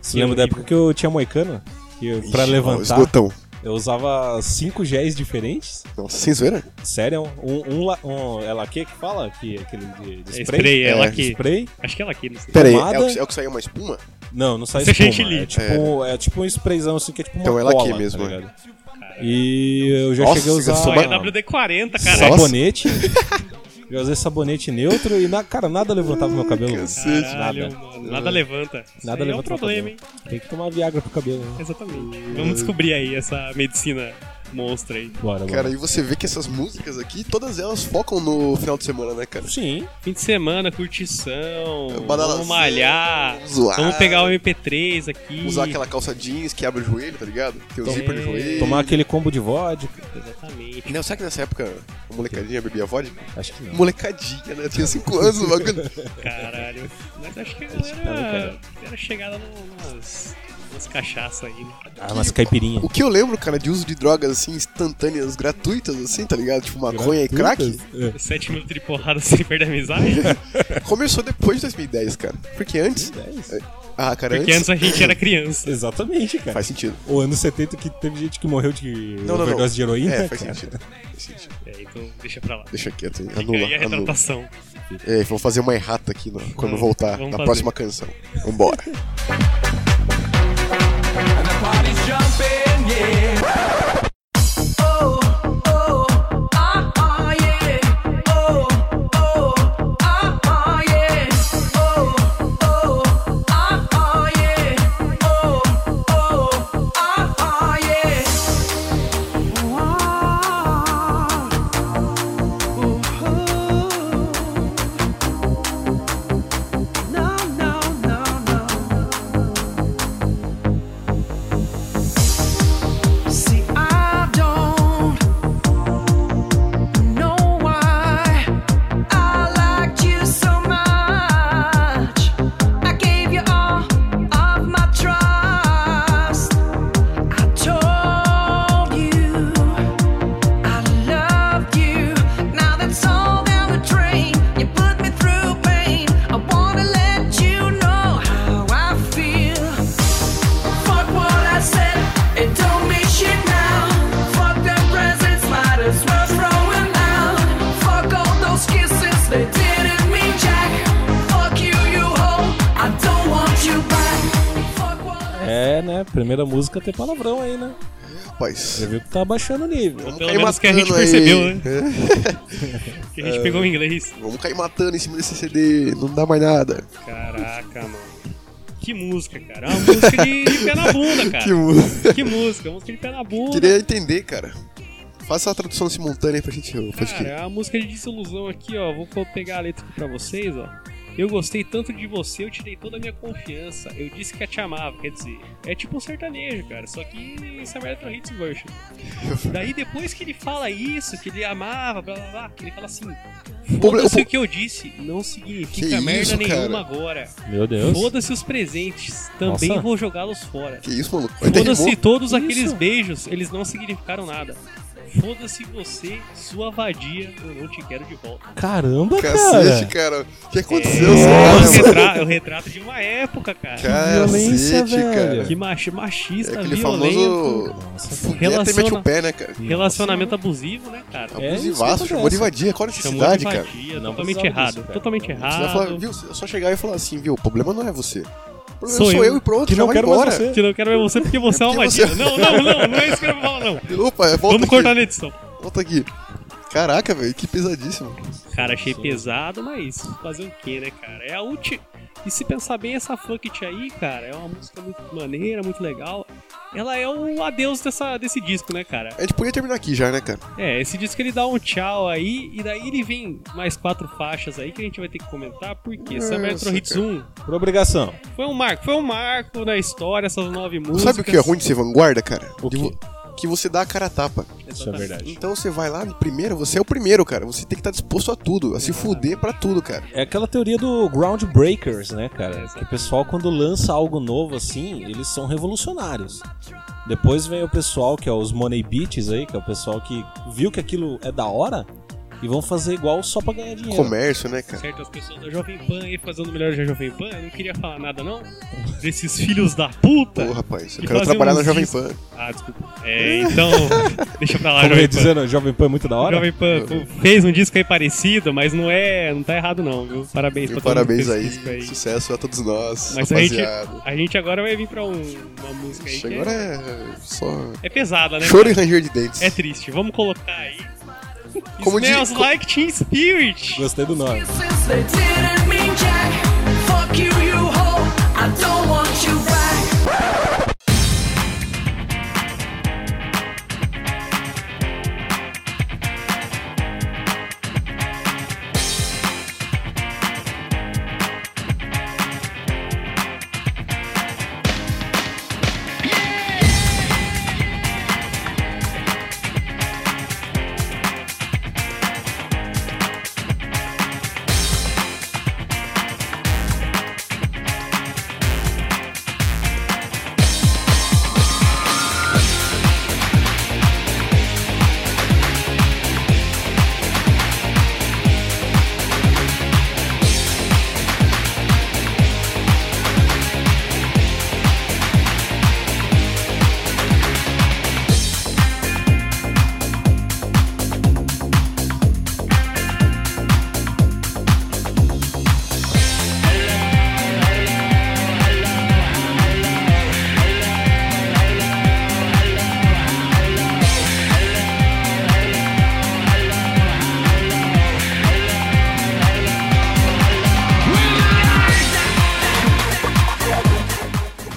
[SPEAKER 3] Você lembra da época que eu tinha moicano? Que eu- pra
[SPEAKER 4] Ixi, ó,
[SPEAKER 3] levantar,
[SPEAKER 4] Esgotão.
[SPEAKER 3] eu usava cinco géis diferentes.
[SPEAKER 4] Nossa, sem zoeira?
[SPEAKER 3] Sério, um, um, la- um é laque que fala? Que, aquele de, de
[SPEAKER 5] É
[SPEAKER 3] spray?
[SPEAKER 5] spray, é,
[SPEAKER 4] É,
[SPEAKER 5] laque.
[SPEAKER 3] Spray?
[SPEAKER 5] Acho que é laque, não sei.
[SPEAKER 4] Pera aí,
[SPEAKER 3] Tomada.
[SPEAKER 4] é o, que, é o que saiu uma espuma?
[SPEAKER 3] Não, não sai
[SPEAKER 5] Isso é
[SPEAKER 3] espuma.
[SPEAKER 5] chantilly.
[SPEAKER 3] É tipo, é tipo um sprayzão assim que é tipo uma
[SPEAKER 4] Então é
[SPEAKER 3] cola,
[SPEAKER 4] laque
[SPEAKER 3] tá
[SPEAKER 4] mesmo,
[SPEAKER 3] ligado? e eu já
[SPEAKER 4] Nossa,
[SPEAKER 3] cheguei a
[SPEAKER 4] você
[SPEAKER 3] usar
[SPEAKER 4] gastou
[SPEAKER 5] Olha,
[SPEAKER 4] Toma-
[SPEAKER 5] WD-40, cara.
[SPEAKER 3] sabonete. eu usei sabonete neutro e, na, cara, nada levantava meu cabelo.
[SPEAKER 4] Cacete.
[SPEAKER 5] Caralho,
[SPEAKER 3] Nada.
[SPEAKER 5] mano. Nada levanta. Isso
[SPEAKER 3] Nada
[SPEAKER 5] aí
[SPEAKER 3] levantava
[SPEAKER 5] é um problema,
[SPEAKER 3] meu
[SPEAKER 5] hein?
[SPEAKER 3] cabelo. Tem que tomar Viagra pro cabelo, né?
[SPEAKER 5] Exatamente.
[SPEAKER 4] Hum.
[SPEAKER 5] Vamos descobrir aí essa medicina monstra aí.
[SPEAKER 3] Bora, bora.
[SPEAKER 4] Cara, e você vê que essas músicas aqui, todas elas focam no final de semana, né, cara?
[SPEAKER 3] Sim,
[SPEAKER 5] Fim de semana, curtição,
[SPEAKER 4] Badalação,
[SPEAKER 5] vamos malhar,
[SPEAKER 4] zoar.
[SPEAKER 5] vamos pegar o MP3 aqui.
[SPEAKER 4] Usar aquela calça jeans que abre o joelho, tá ligado? Tem o
[SPEAKER 5] Tom-
[SPEAKER 4] zíper no joelho.
[SPEAKER 3] tomar aquele combo de vodka.
[SPEAKER 5] Exatamente.
[SPEAKER 4] Não, será que nessa época a molecadinha bebia vodka?
[SPEAKER 3] Acho que não.
[SPEAKER 4] Molecadinha, né? Tinha 5 anos o bagulho.
[SPEAKER 5] Caralho. Mas acho que
[SPEAKER 3] não,
[SPEAKER 5] era,
[SPEAKER 3] cara.
[SPEAKER 5] era chegada no- nas, nas cachaças aí, né?
[SPEAKER 3] Ah, umas caipirinha.
[SPEAKER 4] O que eu lembro, cara, de uso de drogas assim, instantâneas, gratuitas, assim, tá ligado? Tipo maconha e
[SPEAKER 3] Gratuitas? É.
[SPEAKER 5] Sete minutos de porrada sem perder a amizade.
[SPEAKER 4] É crack. Começou depois de 2010, cara. Porque antes. Ah, cara,
[SPEAKER 5] Porque antes a gente era criança.
[SPEAKER 3] Exatamente, cara.
[SPEAKER 4] Faz sentido.
[SPEAKER 3] O ano 70 que teve gente que morreu de
[SPEAKER 4] Não, não, não.
[SPEAKER 3] overdose de heroína.
[SPEAKER 4] É, faz
[SPEAKER 3] cara.
[SPEAKER 4] sentido. Faz sentido.
[SPEAKER 5] É, então deixa pra lá.
[SPEAKER 4] Deixa quieto, hein?
[SPEAKER 5] Fica aí a
[SPEAKER 4] anula, anula.
[SPEAKER 5] retratação.
[SPEAKER 4] É, vamos fazer uma errata aqui no- quando
[SPEAKER 5] Vamos,
[SPEAKER 4] voltar
[SPEAKER 5] vamos
[SPEAKER 4] na
[SPEAKER 5] fazer.
[SPEAKER 4] próxima canção. Vambora.
[SPEAKER 1] And the party's jumping, yeah.
[SPEAKER 7] Oh, oh, ah, ah, yeah. Oh, oh, ah, ah, yeah. Oh, oh, ah, ah, yeah. Oh, oh, ah, ah, yeah. No, no, no, no. See, I don't know why I liked you so much. I gave you all of my trust. I told you I loved you. Now that's all down the drain. You put me through pain. I wanna let you know how I feel. Fuck what I said, it don't mean shit now. Fuck the presents, might as well throw 'em out. Fuck all those kisses, they didn't mean jack. Fuck you, you hoe, I don't want you back. Fuck what I
[SPEAKER 3] É, né? Primeira música tem palavrão aí, né?
[SPEAKER 4] Rapaz.
[SPEAKER 3] Você viu que tá abaixando o nível.
[SPEAKER 5] Pelo
[SPEAKER 4] cair
[SPEAKER 5] menos que a gente
[SPEAKER 4] matando aí. É.
[SPEAKER 5] percebeu, né? Que a gente pegou o inglês.
[SPEAKER 4] Vamos cair matando em cima desse CD, não dá mais nada.
[SPEAKER 5] Caraca, mano. Que música, cara. É uma música de, de pé na bunda, cara.
[SPEAKER 4] Que música.
[SPEAKER 5] Que música, música de pé na bunda.
[SPEAKER 4] Queria entender, cara. Faça a tradução simultânea aí pra gente. Pra gente
[SPEAKER 5] Cara, é uma música de desilusão aqui, ó. Vou co- pegar a letra aqui pra vocês, ó. Eu gostei tanto de você, eu tirei toda a minha confiança. Eu disse que eu te amava, quer dizer. É tipo um sertanejo, cara. Só que essa merda é hits version. Daí depois que ele fala isso, que ele amava, blá blá blá, que ele fala assim:
[SPEAKER 4] Pobre-
[SPEAKER 5] Foda-se
[SPEAKER 4] o po-
[SPEAKER 5] o que eu disse, não significa
[SPEAKER 4] Que
[SPEAKER 5] merda
[SPEAKER 4] isso,
[SPEAKER 5] nenhuma
[SPEAKER 4] cara?
[SPEAKER 5] agora.
[SPEAKER 3] Meu Deus.
[SPEAKER 5] Foda-se os presentes, também
[SPEAKER 3] Nossa.
[SPEAKER 5] vou jogá-los fora.
[SPEAKER 4] Que isso, maluco? Até
[SPEAKER 5] Foda-se
[SPEAKER 4] rimou.
[SPEAKER 5] todos
[SPEAKER 3] Isso.
[SPEAKER 5] aqueles beijos, eles não significaram nada. Foda-se você, sua vadia, eu não te quero de volta.
[SPEAKER 3] Caramba,
[SPEAKER 4] Cacete,
[SPEAKER 3] cara.
[SPEAKER 4] cara. O que aconteceu,
[SPEAKER 5] É um
[SPEAKER 4] esse cara?
[SPEAKER 5] retra- é um retrato de uma época, cara.
[SPEAKER 3] violência,
[SPEAKER 4] Cacete,
[SPEAKER 3] velho.
[SPEAKER 4] cara.
[SPEAKER 5] Que machi- machista,
[SPEAKER 4] É aquele
[SPEAKER 5] violento,
[SPEAKER 4] famoso.
[SPEAKER 3] Nossa.
[SPEAKER 4] Fudeta e mete
[SPEAKER 5] Relaciona-
[SPEAKER 4] o pé, né, cara?
[SPEAKER 5] É, relacionamento abusivo, né, cara?
[SPEAKER 3] É, isso
[SPEAKER 4] Abusivaço,
[SPEAKER 3] acontece.
[SPEAKER 4] chamou de vadia. Qual a
[SPEAKER 5] Chamou de Ah,
[SPEAKER 4] necessidade, cara?
[SPEAKER 5] vadia,
[SPEAKER 3] Não
[SPEAKER 5] totalmente
[SPEAKER 3] precisava
[SPEAKER 5] errado.
[SPEAKER 3] disso, cara.
[SPEAKER 5] totalmente
[SPEAKER 3] Não
[SPEAKER 4] Você vai
[SPEAKER 5] errado.
[SPEAKER 4] falar, viu? É só chegar e falar assim, viu? O problema não é você. O problema
[SPEAKER 5] Sou
[SPEAKER 4] sou, eu.
[SPEAKER 5] eu
[SPEAKER 4] e pronto,
[SPEAKER 3] Que
[SPEAKER 4] já
[SPEAKER 3] não
[SPEAKER 4] vai
[SPEAKER 3] quero
[SPEAKER 4] embora.
[SPEAKER 3] mais você.
[SPEAKER 5] Que não quero ver você porque você é uma
[SPEAKER 4] Porque
[SPEAKER 5] vadia.
[SPEAKER 4] você-
[SPEAKER 5] Não, não, não, não é isso que eu quero falar, não.
[SPEAKER 4] Opa, volta
[SPEAKER 5] Vamos
[SPEAKER 4] aqui.
[SPEAKER 5] cortar na edição.
[SPEAKER 4] Volta aqui. Caraca, velho, que pesadíssimo.
[SPEAKER 5] Cara, achei pesado, mas fazer o que, né, cara? É a última. E se pensar bem, essa Fuck It aí, cara, é uma música muito maneira, muito legal. Ela é o adeus dessa, desse disco, né, cara?
[SPEAKER 4] A gente podia terminar aqui já, né, cara?
[SPEAKER 5] É, esse disco ele dá um tchau aí, e daí ele vem mais quatro faixas aí que a gente vai ter que comentar,
[SPEAKER 4] É,
[SPEAKER 5] porque Summer Retro
[SPEAKER 4] Nossa,
[SPEAKER 5] Hits 1
[SPEAKER 3] Por obrigação.
[SPEAKER 5] foi um marco, foi um marco na um história, essas nove músicas.
[SPEAKER 4] é Sabe o que é ruim de ser vanguarda, cara?
[SPEAKER 3] O
[SPEAKER 4] De
[SPEAKER 3] quê?
[SPEAKER 4] vo- que você dá a cara a tapa.
[SPEAKER 3] Isso é verdade.
[SPEAKER 4] Então você vai lá, primeiro, você é o primeiro, cara. Você tem que estar disposto a tudo, a se fuder pra tudo, cara.
[SPEAKER 3] É aquela teoria do groundbreakers, né,
[SPEAKER 4] É,
[SPEAKER 3] cara? Que o pessoal, quando lança algo novo assim, eles são revolucionários. Depois vem o pessoal, que é os money beats aí, que é o pessoal que viu que aquilo é da hora e vão fazer igual só pra ganhar
[SPEAKER 5] É.
[SPEAKER 3] dinheiro.
[SPEAKER 4] Comércio, né, cara?
[SPEAKER 5] Certo, as pessoas da Jovem Pan aí fazendo o melhor da Jovem Pan, eu não queria falar nada não desses filhos da puta.
[SPEAKER 4] Ô, rapaz, eu
[SPEAKER 5] que
[SPEAKER 4] quero
[SPEAKER 5] fazem
[SPEAKER 4] trabalhar
[SPEAKER 5] uns
[SPEAKER 4] na Jovem
[SPEAKER 5] discos-
[SPEAKER 4] Pan.
[SPEAKER 5] Ah, desculpa. É, então, deixa pra lá,
[SPEAKER 3] Como eu ia
[SPEAKER 5] Jovem Pan.
[SPEAKER 3] dizendo, o Jovem Pan é muito da hora.
[SPEAKER 5] Jovem Pan pô, fez um disco aí parecido, mas não é, não tá errado não, viu? Parabéns
[SPEAKER 4] E
[SPEAKER 5] pra todo mundo que
[SPEAKER 4] parabéns
[SPEAKER 5] fez
[SPEAKER 4] aí,
[SPEAKER 5] esse disco um aí.
[SPEAKER 4] sucesso a todos nós,
[SPEAKER 5] Mas a gente,
[SPEAKER 4] rapaziada.
[SPEAKER 5] a gente agora vai vir pra um- uma música aí
[SPEAKER 4] Isso
[SPEAKER 5] que
[SPEAKER 4] agora
[SPEAKER 5] é,
[SPEAKER 4] é só
[SPEAKER 5] é pesada, né?
[SPEAKER 4] choro e ranger de dentes.
[SPEAKER 5] É triste, vamos colocar aí.
[SPEAKER 4] Como de-
[SPEAKER 5] Smells
[SPEAKER 4] co-
[SPEAKER 5] Like Teen Spirit.
[SPEAKER 3] Gostei do nome.
[SPEAKER 7] Since they didn't mean jack, fuck you, you hoe. I don't want you back.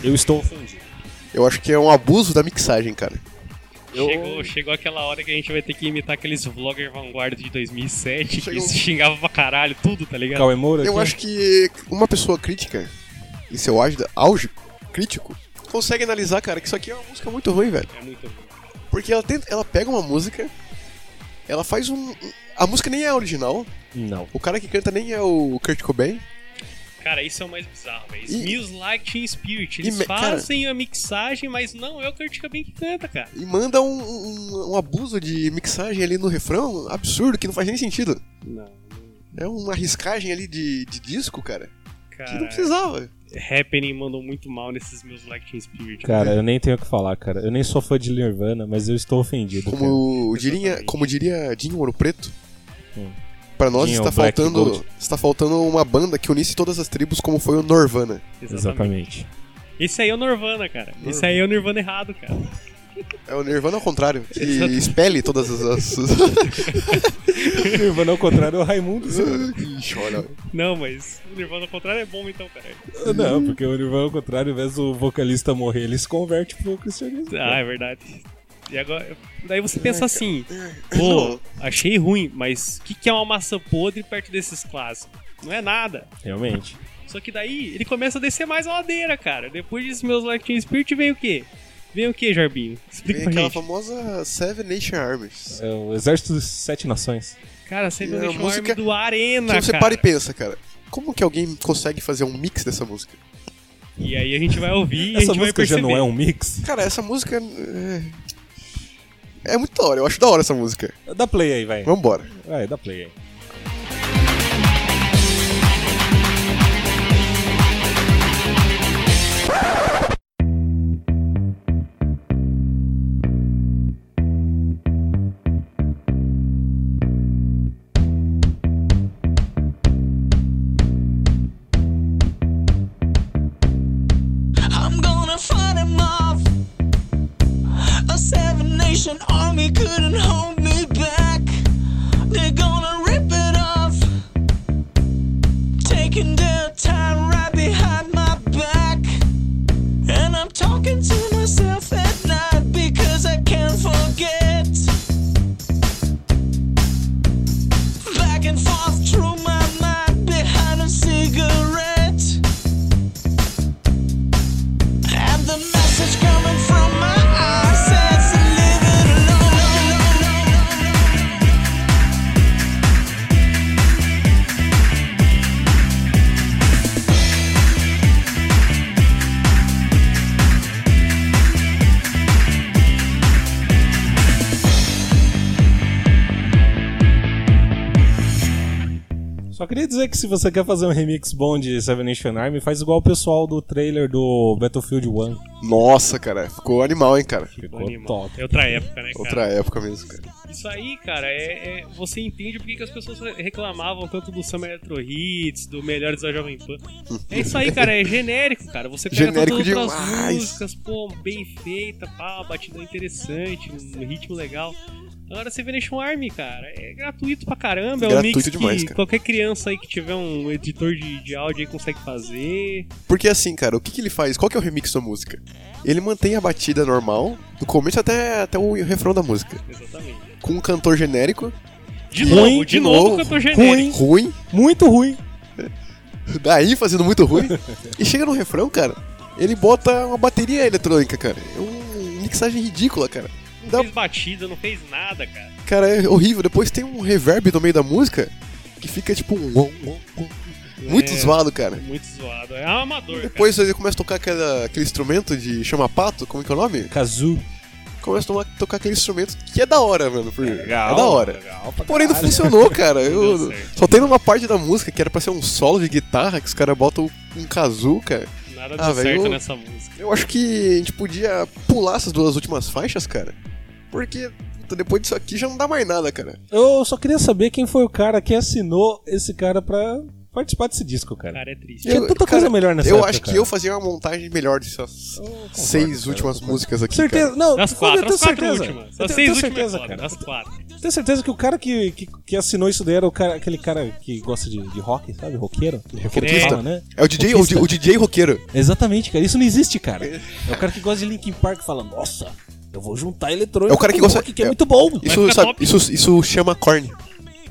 [SPEAKER 3] Eu estou ofendido.
[SPEAKER 4] Eu acho que é um abuso da mixagem, cara.
[SPEAKER 5] Chegou, chegou aquela hora que a gente vai ter que imitar aqueles vlogger vanguarda de 2007
[SPEAKER 4] Chegou.
[SPEAKER 5] que se xingava pra caralho, tudo, tá ligado?
[SPEAKER 3] Cauê Moura
[SPEAKER 4] Eu
[SPEAKER 3] aqui.
[SPEAKER 4] acho que uma pessoa crítica, em seu auge, auge crítico, consegue analisar, cara, que isso aqui é uma música muito ruim, velho.
[SPEAKER 5] É muito ruim.
[SPEAKER 4] Porque ela, tenta, ela pega uma música, ela faz um. A música nem é a original,
[SPEAKER 3] Não.
[SPEAKER 4] o cara que canta nem é o Kurt Cobain.
[SPEAKER 5] Cara, isso é o mais bizarro, velho.
[SPEAKER 4] E-
[SPEAKER 5] Smells Like Teen Spirit. Eles
[SPEAKER 4] me- cara-
[SPEAKER 5] fazem a mixagem, mas não é o Kurt Cobain que canta, cara.
[SPEAKER 4] E manda um, um- um abuso de mixagem ali no refrão absurdo, que não faz nem sentido.
[SPEAKER 5] Não,
[SPEAKER 4] É uma riscagem ali de, de disco, cara, que não
[SPEAKER 5] cara.
[SPEAKER 4] precisava.
[SPEAKER 5] Happening mandou muito mal nesses meus Like Teen Spirit.
[SPEAKER 3] Cara, eu nem tenho o que falar, cara. Eu nem sou fã de Nirvana, mas eu estou ofendido. cara.
[SPEAKER 4] Como diria,
[SPEAKER 5] Exatamente.
[SPEAKER 4] como diria Dinho Ouro Preto,
[SPEAKER 3] Hum.
[SPEAKER 4] pra nós
[SPEAKER 3] Dinho
[SPEAKER 4] está
[SPEAKER 3] Black
[SPEAKER 4] faltando,
[SPEAKER 3] Gold.
[SPEAKER 4] está faltando uma banda que unisse todas as tribos, como foi o Norvana.
[SPEAKER 3] Exatamente.
[SPEAKER 5] Esse aí é o Nirvana, cara. Esse aí é o Nirvana errado, cara.
[SPEAKER 4] É o Nirvana ao contrário, que
[SPEAKER 5] Exato.
[SPEAKER 4] espelhe todas as. as...
[SPEAKER 3] Nirvana ao contrário é o Raimundo. sabe?
[SPEAKER 4] Ixi, olha.
[SPEAKER 5] Não, mas o Nirvana ao contrário é bom então, cara.
[SPEAKER 3] Não, porque o Nirvana ao contrário, ao invés do vocalista morrer, ele se converte pro cristianismo.
[SPEAKER 5] Ah, é verdade. E agora, daí você pensa assim, pô, achei ruim, mas o que, que é uma maçã podre perto desses clássicos? Não é nada.
[SPEAKER 3] Realmente.
[SPEAKER 5] Só que daí ele começa a descer mais a ladeira, cara. Depois de Smells Like Teen Spirit vem o quê? Vem o quê, Jarbinho? Explica
[SPEAKER 4] Vem
[SPEAKER 5] pra
[SPEAKER 4] aquela
[SPEAKER 5] gente.
[SPEAKER 4] famosa Seven Nation Armies.
[SPEAKER 3] É o Exército das Sete Nações.
[SPEAKER 5] Cara, você
[SPEAKER 4] É,
[SPEAKER 5] me
[SPEAKER 4] a
[SPEAKER 5] deixa
[SPEAKER 4] música-
[SPEAKER 5] música... do Arena,
[SPEAKER 4] Que Tipo, você
[SPEAKER 5] cara.
[SPEAKER 4] para e pensa, cara. Como que alguém consegue fazer um mix dessa música?
[SPEAKER 5] E aí a gente vai ouvir e a gente
[SPEAKER 3] Essa
[SPEAKER 5] vai
[SPEAKER 3] música já
[SPEAKER 5] perceber.
[SPEAKER 3] não é um mix?
[SPEAKER 4] Cara, essa música. É, é muito da hora, eu acho da hora essa música.
[SPEAKER 3] Dá play aí, vai.
[SPEAKER 4] Vambora.
[SPEAKER 3] Vai, dá play aí.
[SPEAKER 8] I'm gonna fight him off. A seven nation army couldn't hold me back. They're gonna rip it off. Taking their time right behind my back. And I'm talking to myself at night because I can't forget. Back and forth through my mind behind a cigarette. And the message coming from my eyes says, "Live
[SPEAKER 3] Só queria dizer que se você quer fazer um remix bom de Seven Nation Army, faz igual o pessoal do trailer do Battlefield 1.
[SPEAKER 4] Nossa, cara, ficou animal, hein, cara.
[SPEAKER 3] Ficou
[SPEAKER 5] Animal.
[SPEAKER 3] top.
[SPEAKER 5] É outra época, né, cara?
[SPEAKER 4] Outra época mesmo, cara.
[SPEAKER 5] Isso aí, cara, é, é- você entende porque que as pessoas reclamavam tanto do Summer Electro Hits, do Melhores da Jovem Pan. É isso aí, cara, é genérico, cara. Você pega
[SPEAKER 4] Genérico
[SPEAKER 5] todas as outras
[SPEAKER 4] demais.
[SPEAKER 5] músicas, pô, bem feita, pá, batida interessante, um ritmo legal. Agora você vê Nation Army, cara, é gratuito pra caramba, é um
[SPEAKER 4] Gratuito
[SPEAKER 5] mix
[SPEAKER 4] demais,
[SPEAKER 5] que
[SPEAKER 4] cara.
[SPEAKER 5] qualquer criança aí que tiver um editor de, de áudio aí consegue fazer.
[SPEAKER 4] Porque assim, cara, o que, que ele faz? Qual que é o remix da música? Ele mantém a batida normal, do começo até, até o refrão da música.
[SPEAKER 5] Exatamente.
[SPEAKER 4] Com um cantor genérico,
[SPEAKER 5] De
[SPEAKER 3] Ruim,
[SPEAKER 5] novo, de
[SPEAKER 4] de
[SPEAKER 5] novo,
[SPEAKER 4] novo.
[SPEAKER 5] cantor genérico.
[SPEAKER 4] ruim,
[SPEAKER 3] Muito ruim.
[SPEAKER 4] daí fazendo muito ruim. e chega no refrão, cara, ele bota uma bateria eletrônica, cara. É uma mixagem ridícula, cara. Não
[SPEAKER 5] Não
[SPEAKER 4] dá
[SPEAKER 5] fez batida, não fez nada, cara.
[SPEAKER 4] Cara, é horrível. Depois tem um reverb no meio da música que fica tipo um. um, um, um. Muito
[SPEAKER 5] É.
[SPEAKER 4] zoado, cara.
[SPEAKER 5] Muito zoado. É um amador, cara.
[SPEAKER 4] Depois ele começa a tocar aquela- aquele instrumento de chama pato, como que é o nome?
[SPEAKER 3] Kazoo.
[SPEAKER 4] Começa a tomar- tocar aquele instrumento que é da hora, mano. por- É,
[SPEAKER 3] legal,
[SPEAKER 4] da hora.
[SPEAKER 3] legal pra
[SPEAKER 4] Porém não funcionou, cara.
[SPEAKER 5] Não
[SPEAKER 4] Eu,
[SPEAKER 5] deu certo.
[SPEAKER 4] só tem uma parte da música que era pra ser um solo de guitarra que os caras botam um kazoo, cara.
[SPEAKER 5] Nada
[SPEAKER 4] Ah,
[SPEAKER 5] deu
[SPEAKER 4] velho,
[SPEAKER 5] certo
[SPEAKER 4] eu-
[SPEAKER 5] nessa música.
[SPEAKER 4] Eu acho que a gente podia pular essas duas últimas faixas, cara. Porque puta, depois disso aqui já não dá mais nada, cara.
[SPEAKER 3] Eu só queria saber quem foi o cara que assinou esse cara pra participar desse disco, cara.
[SPEAKER 5] Cara, é triste.
[SPEAKER 3] Tinha
[SPEAKER 4] Eu-
[SPEAKER 3] tanta
[SPEAKER 4] cara,
[SPEAKER 3] coisa melhor nessa
[SPEAKER 4] Eu
[SPEAKER 3] época,
[SPEAKER 4] acho que
[SPEAKER 3] cara.
[SPEAKER 4] eu fazia uma montagem melhor dessas seis últimas músicas aqui.
[SPEAKER 3] Certeza, não,
[SPEAKER 5] As
[SPEAKER 3] eu
[SPEAKER 5] quatro,
[SPEAKER 3] tenho
[SPEAKER 5] as quatro
[SPEAKER 3] certeza.
[SPEAKER 5] últimas.
[SPEAKER 3] Eu
[SPEAKER 5] As
[SPEAKER 3] tenho-
[SPEAKER 5] seis
[SPEAKER 3] tenho
[SPEAKER 5] últimas,
[SPEAKER 3] certeza,
[SPEAKER 5] é foda,
[SPEAKER 3] cara.
[SPEAKER 5] as quatro.
[SPEAKER 3] Tenho certeza que o cara que, que, que assinou isso daí era o cara, aquele cara que gosta de, de rock, sabe? Roqueiro. Roqueiro que
[SPEAKER 5] Roqueirista.
[SPEAKER 3] fala, né?
[SPEAKER 4] É o DJ, o,
[SPEAKER 3] Rockista.
[SPEAKER 4] o DJ roqueiro.
[SPEAKER 3] Exatamente, cara. Isso não existe, cara. É o cara que gosta de Linkin Park e fala, nossa, eu vou juntar eletrônico
[SPEAKER 4] É o cara que
[SPEAKER 3] com
[SPEAKER 4] gosta-
[SPEAKER 3] rock, que é,
[SPEAKER 4] é-
[SPEAKER 3] muito bom.
[SPEAKER 4] Isso,
[SPEAKER 5] ficar
[SPEAKER 4] sabe,
[SPEAKER 5] top.
[SPEAKER 4] isso, isso chama corn.